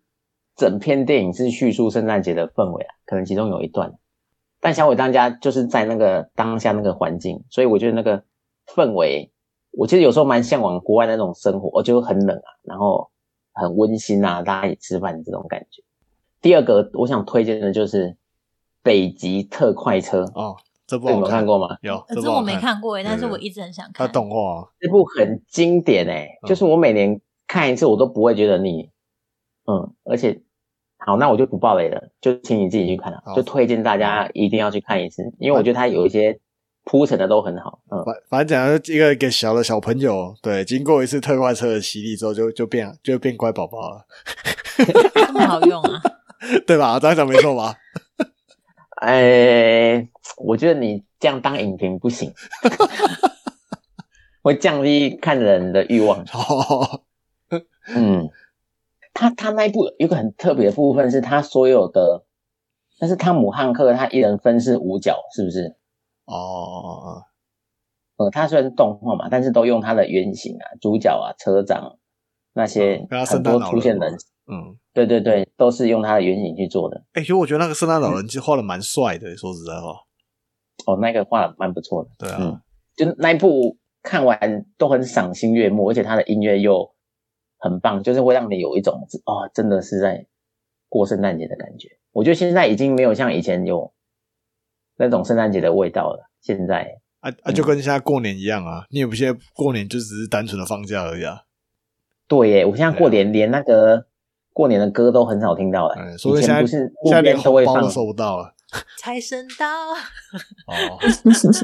[SPEAKER 1] 整篇电影是叙述圣诞节的氛围啊，可能其中有一段，但小鬼当家就是在那个当下那个环境，所以我觉得那个氛围，我其实有时候蛮向往国外那种生活，哦，就很冷啊，然后很温馨啊，大家一起吃饭这种感觉。第二个我想推荐的就是《北极特快车》，
[SPEAKER 4] 哦，这部
[SPEAKER 1] 哎你们有
[SPEAKER 4] 好
[SPEAKER 1] 看
[SPEAKER 4] 看，
[SPEAKER 1] 过吗？
[SPEAKER 4] 有，
[SPEAKER 2] 可
[SPEAKER 4] 部
[SPEAKER 2] 是
[SPEAKER 4] 好
[SPEAKER 2] 我没看过哎、
[SPEAKER 4] 对
[SPEAKER 2] 但是
[SPEAKER 4] 对
[SPEAKER 2] 我一直很想
[SPEAKER 4] 它
[SPEAKER 2] 看。
[SPEAKER 4] 动画啊，
[SPEAKER 1] 这部很经典哎、
[SPEAKER 4] 嗯
[SPEAKER 1] 就是我每年看一次，我都不会觉得腻。嗯，而且好，那我就不爆雷了，就请你自己去看了、啊
[SPEAKER 4] 好嗯
[SPEAKER 1] 就推荐大家一定要去看一次，因为我觉得它有一些铺陈的都很好。嗯，
[SPEAKER 4] 反反正讲就一个给小的小朋友，对，经过一次特快车的洗礼之后，就就变就变乖宝宝了，
[SPEAKER 2] 这么好用啊！
[SPEAKER 4] 对吧？这样讲没错吧？
[SPEAKER 1] 哎、我觉得你这样当影评不 行，会降低看人的欲望。
[SPEAKER 4] 哦，
[SPEAKER 1] 嗯，他他那一部有一个很特别的部分是，他所有的，但是汤姆汉克他一人分饰五角，是不是？
[SPEAKER 4] 哦哦，
[SPEAKER 1] 呃，它虽然是动画嘛，但是都用它的原型啊、主角啊、车长那些
[SPEAKER 4] 哦跟他
[SPEAKER 1] 很
[SPEAKER 4] 圣诞
[SPEAKER 1] 多
[SPEAKER 4] 老
[SPEAKER 1] 出现
[SPEAKER 4] 人
[SPEAKER 1] 人
[SPEAKER 4] 嘛，，嗯，
[SPEAKER 1] 对对对，都是用它的原型去做的。
[SPEAKER 4] 哎、其实我觉得那个圣诞老人其实画的蛮帅的，说实在话，
[SPEAKER 1] 哦，那个画得蛮不错的，
[SPEAKER 4] 对啊，
[SPEAKER 1] 嗯就那一部看完都很赏心悦目，而且它的音乐又很棒，就是会让你有一种哦，真的是在过圣诞节的感觉。我觉得现在已经没有像以前有那种圣诞节的味道了，现在
[SPEAKER 4] 啊啊，就跟现在过年一样啊，你也不现在过年就只是单纯的放假而已啊，
[SPEAKER 1] 对耶，我现在
[SPEAKER 4] 对
[SPEAKER 1] 过
[SPEAKER 4] 啊
[SPEAKER 1] 年连那个过年的歌都很少听到了。
[SPEAKER 4] 哎，所
[SPEAKER 1] 嗯以
[SPEAKER 4] 以现
[SPEAKER 1] 前
[SPEAKER 4] 在
[SPEAKER 1] 不是
[SPEAKER 4] 现
[SPEAKER 1] 路
[SPEAKER 4] 在
[SPEAKER 1] 边
[SPEAKER 4] 连
[SPEAKER 1] 都
[SPEAKER 4] 红
[SPEAKER 1] 会
[SPEAKER 4] 包
[SPEAKER 1] 放
[SPEAKER 4] 都，收不 到了，
[SPEAKER 2] 财神到 啊！
[SPEAKER 4] 哦，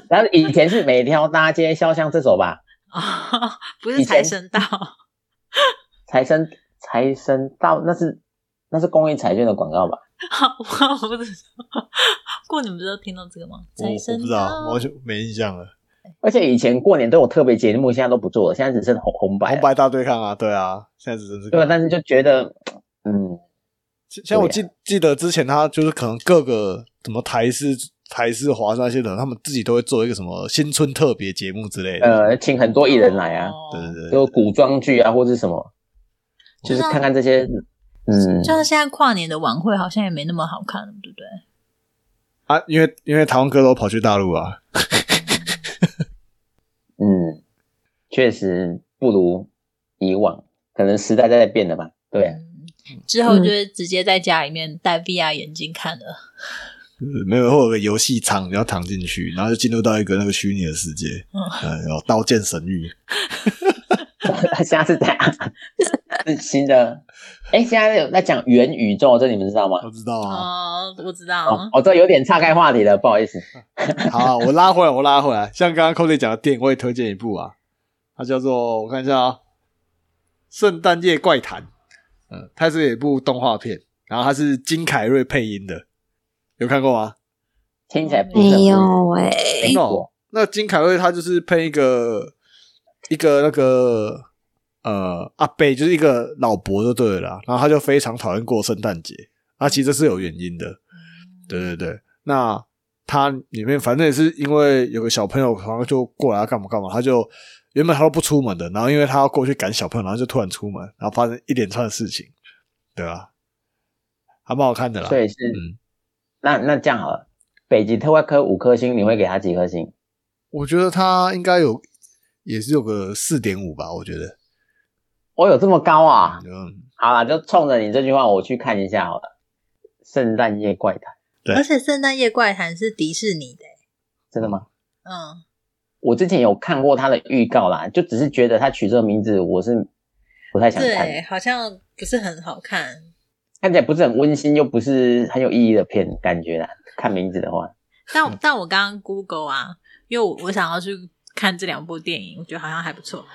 [SPEAKER 1] 但是以前是每条大街小巷这首吧，
[SPEAKER 2] 哦不
[SPEAKER 1] 以
[SPEAKER 2] 是
[SPEAKER 1] 前
[SPEAKER 2] 财神到，
[SPEAKER 1] 财神财神到那是那是公益彩券的广告吧？
[SPEAKER 2] 我不知道。过你们都听到这个吗？
[SPEAKER 4] 我
[SPEAKER 2] 财
[SPEAKER 4] 我
[SPEAKER 2] 神
[SPEAKER 4] 不知
[SPEAKER 2] 到，
[SPEAKER 4] 道，我就没印象了，
[SPEAKER 1] 而且以前过年都有特别节目，现在都不做了，现在只剩红红白了。
[SPEAKER 4] 红白大对抗啊，对啊，现在只是这个
[SPEAKER 1] 对啊，但是就觉得嗯，
[SPEAKER 4] 像我记、
[SPEAKER 1] 啊
[SPEAKER 4] 记得之前，他就是可能各个什么台式、台式、华商那些人，他们自己都会做一个什么新春特别节目之类的。
[SPEAKER 1] 呃，请很多艺人来啊，
[SPEAKER 2] 哦
[SPEAKER 4] 对对对，
[SPEAKER 1] 就古装剧啊，或是什么，就是看看这些嗯，
[SPEAKER 2] 就像现在跨年的晚会好像也没那么好看了，对不对？
[SPEAKER 4] 啊，因为因为台湾歌都跑去大陆啊，
[SPEAKER 1] 嗯，确实不如以往，可能时代在变了吧。对啊，
[SPEAKER 4] 嗯
[SPEAKER 2] 之后就会直接在家里面戴 VR 眼镜看了。
[SPEAKER 4] 就是没有会有个游戏场，然后躺进去，然后就进入到一个那个虚拟的世界，
[SPEAKER 2] 嗯
[SPEAKER 4] 嗯，有刀剑神域，
[SPEAKER 1] 现在是在是新的，哎，现在有在讲元宇宙，这你们知道吗？
[SPEAKER 4] 我知道啊。
[SPEAKER 2] 哦，我知道，
[SPEAKER 1] 哦，我、这有点岔开话题了，不好意思。
[SPEAKER 4] 好啊，我拉回来，我拉回来。像刚刚 Cody 讲的电影，我也推荐一部啊，它叫做我看一下啊，《圣诞夜怪谈》。嗯，它是一部动画片，然后它是金凯瑞配音的，有看过吗？
[SPEAKER 1] 听起来不是很
[SPEAKER 3] 没有
[SPEAKER 1] 酷
[SPEAKER 3] 哎、
[SPEAKER 1] 没
[SPEAKER 4] 没
[SPEAKER 1] 过
[SPEAKER 4] 有，那金凯瑞他就是配一个一个那个呃阿贝，就是一个老伯就对了啦。然后他就非常讨厌过圣诞节，啊，其实这是有原因的。对对对，那他里面反正也是因为有个小朋友，好像就过来要干嘛干嘛，他就原本他都不出门的，然后因为他要过去赶小朋友，然后就突然出门，然后发生一连串的事情，对啊，还蛮好看的啦。
[SPEAKER 1] 所以是、
[SPEAKER 4] 嗯
[SPEAKER 1] 那那这样好了，北极特快科五颗星，你会给他几颗星？
[SPEAKER 4] 我觉得他应该有，也是有个四点五吧，我觉得。
[SPEAKER 1] 哦，有这么高啊？
[SPEAKER 4] 嗯，
[SPEAKER 1] 好啦，就冲着你这句话，我去看一下好了。圣诞夜怪谈，
[SPEAKER 4] 对
[SPEAKER 2] 而且《圣诞夜怪谈》是迪士尼的欸，
[SPEAKER 1] 真的吗？
[SPEAKER 2] 嗯，
[SPEAKER 1] 我之前有看过他的预告啦，就只是觉得他取这个名字，我是不太想看。
[SPEAKER 2] 对，好像不是很好看。
[SPEAKER 1] 看起来不是很温馨，又不是很有意义的片，感觉啦。看名字的话，嗯
[SPEAKER 2] 但但我刚刚 Google 啊，因为我我想要去看这两部电影，我觉得好像还不错。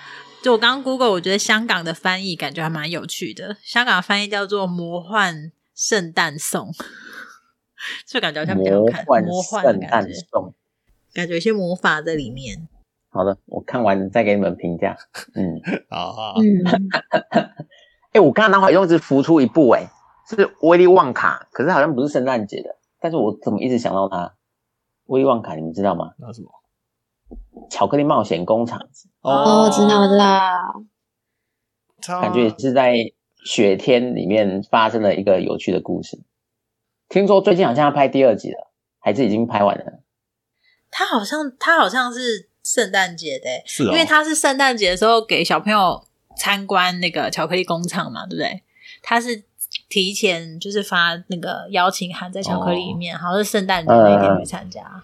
[SPEAKER 2] 就我刚刚 Google，我觉得香港的翻译感觉还蛮有趣的。香港的翻译叫做《魔幻圣诞颂》， 就感觉好像比较好
[SPEAKER 1] 魔
[SPEAKER 2] 看，
[SPEAKER 1] 幻
[SPEAKER 2] 魔幻
[SPEAKER 1] 圣
[SPEAKER 2] 的
[SPEAKER 1] 诞
[SPEAKER 2] 感觉，
[SPEAKER 1] 颂。
[SPEAKER 2] 感觉有些魔法在里面。
[SPEAKER 1] 好的，我看完了再给你们评价。嗯，
[SPEAKER 4] 啊，
[SPEAKER 3] 嗯，
[SPEAKER 1] 哎、我刚刚脑海中一直浮出一部、欸，哎，是威利旺卡，可是好像不是圣诞节的，但是我怎么一直想到它？威利旺卡，你们知道吗？
[SPEAKER 4] 那什么？
[SPEAKER 1] 巧克力冒险工厂，
[SPEAKER 3] 哦，我知道，我知道，
[SPEAKER 4] 他
[SPEAKER 1] 感觉是在雪天里面发生了一个有趣的故事。听说最近好像要拍第二集了，还是已经拍完了？
[SPEAKER 2] 它好像它好像是圣诞节的欸、
[SPEAKER 4] 是
[SPEAKER 2] 因
[SPEAKER 4] 哦，
[SPEAKER 2] 为它是圣诞节的时候给小朋友参观那个巧克力工厂嘛，对不对？它是提前就是发那个邀请函在巧克力里面，
[SPEAKER 1] 哦
[SPEAKER 2] 好像是圣诞节那一天去参加，
[SPEAKER 1] 嗯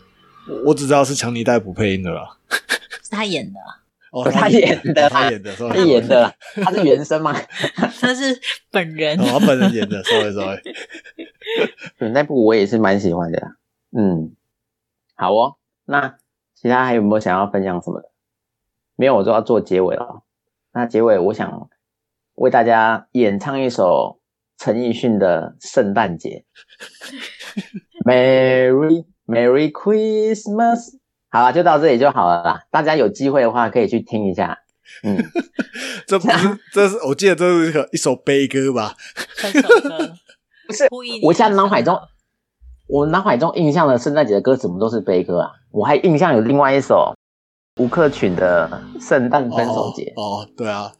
[SPEAKER 4] 我我只知道是强尼戴普配音的啦。
[SPEAKER 2] 是他演的，
[SPEAKER 4] 哦，
[SPEAKER 1] 他演的
[SPEAKER 4] 哦他演的，
[SPEAKER 1] 他
[SPEAKER 4] sorry，sorry
[SPEAKER 1] 演的啦，他是原声吗？
[SPEAKER 2] 他是本人。
[SPEAKER 4] 哦，他本人演的，sorry sorry。
[SPEAKER 1] 对，嗯那部我也是蛮喜欢的啦。嗯，好哦。那其他还有没有想要分享什么的？没有，我就要做结尾了。哦那结尾我想为大家演唱一首陈奕迅的《圣诞节》，Merry Merry Christmas。好了，就到这里就好了啦。大家有机会的话可以去听一下。嗯，
[SPEAKER 4] 这不是，这是我记得这是一个一首悲歌吧？
[SPEAKER 2] 这首歌
[SPEAKER 1] 不是
[SPEAKER 2] 呼应你
[SPEAKER 1] 我现在
[SPEAKER 2] 的
[SPEAKER 1] 脑海中
[SPEAKER 2] 想法，
[SPEAKER 1] 我脑海中印象的圣诞节的歌怎么都是悲歌啊？我还印象有另外一首吴克群的《圣诞分手节》
[SPEAKER 4] 哦，哦对啊，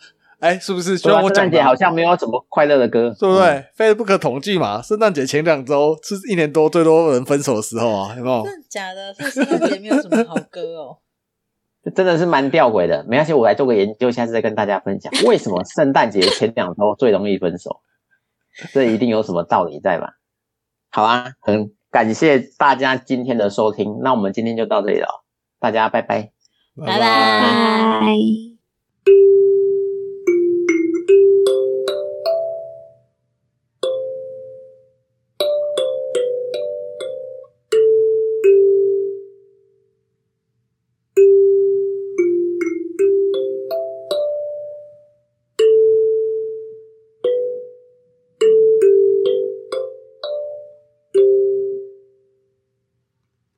[SPEAKER 4] 哎，是不是？虽
[SPEAKER 1] 对啊，
[SPEAKER 4] 然我
[SPEAKER 1] 圣
[SPEAKER 4] 讲
[SPEAKER 1] 诞
[SPEAKER 4] 的
[SPEAKER 1] 节好像没有什么快乐的歌，
[SPEAKER 4] 对不
[SPEAKER 1] 嗯？
[SPEAKER 4] 对？Facebook 统计嘛，圣诞节前两周是一年多最多人分手的时候啊，有没有？
[SPEAKER 2] 真的假的？所以圣诞节没有什么好歌哦。
[SPEAKER 1] 这嗯真的是蛮吊诡的。没关系，我来做个研究，下次再跟大家分享为什么圣诞节前两周最容易分手。这一定有什么道理在吧？好啊，很感谢大家今天的收听，那我们今天就到这里了哦，大家拜拜。
[SPEAKER 2] 拜拜
[SPEAKER 3] 拜。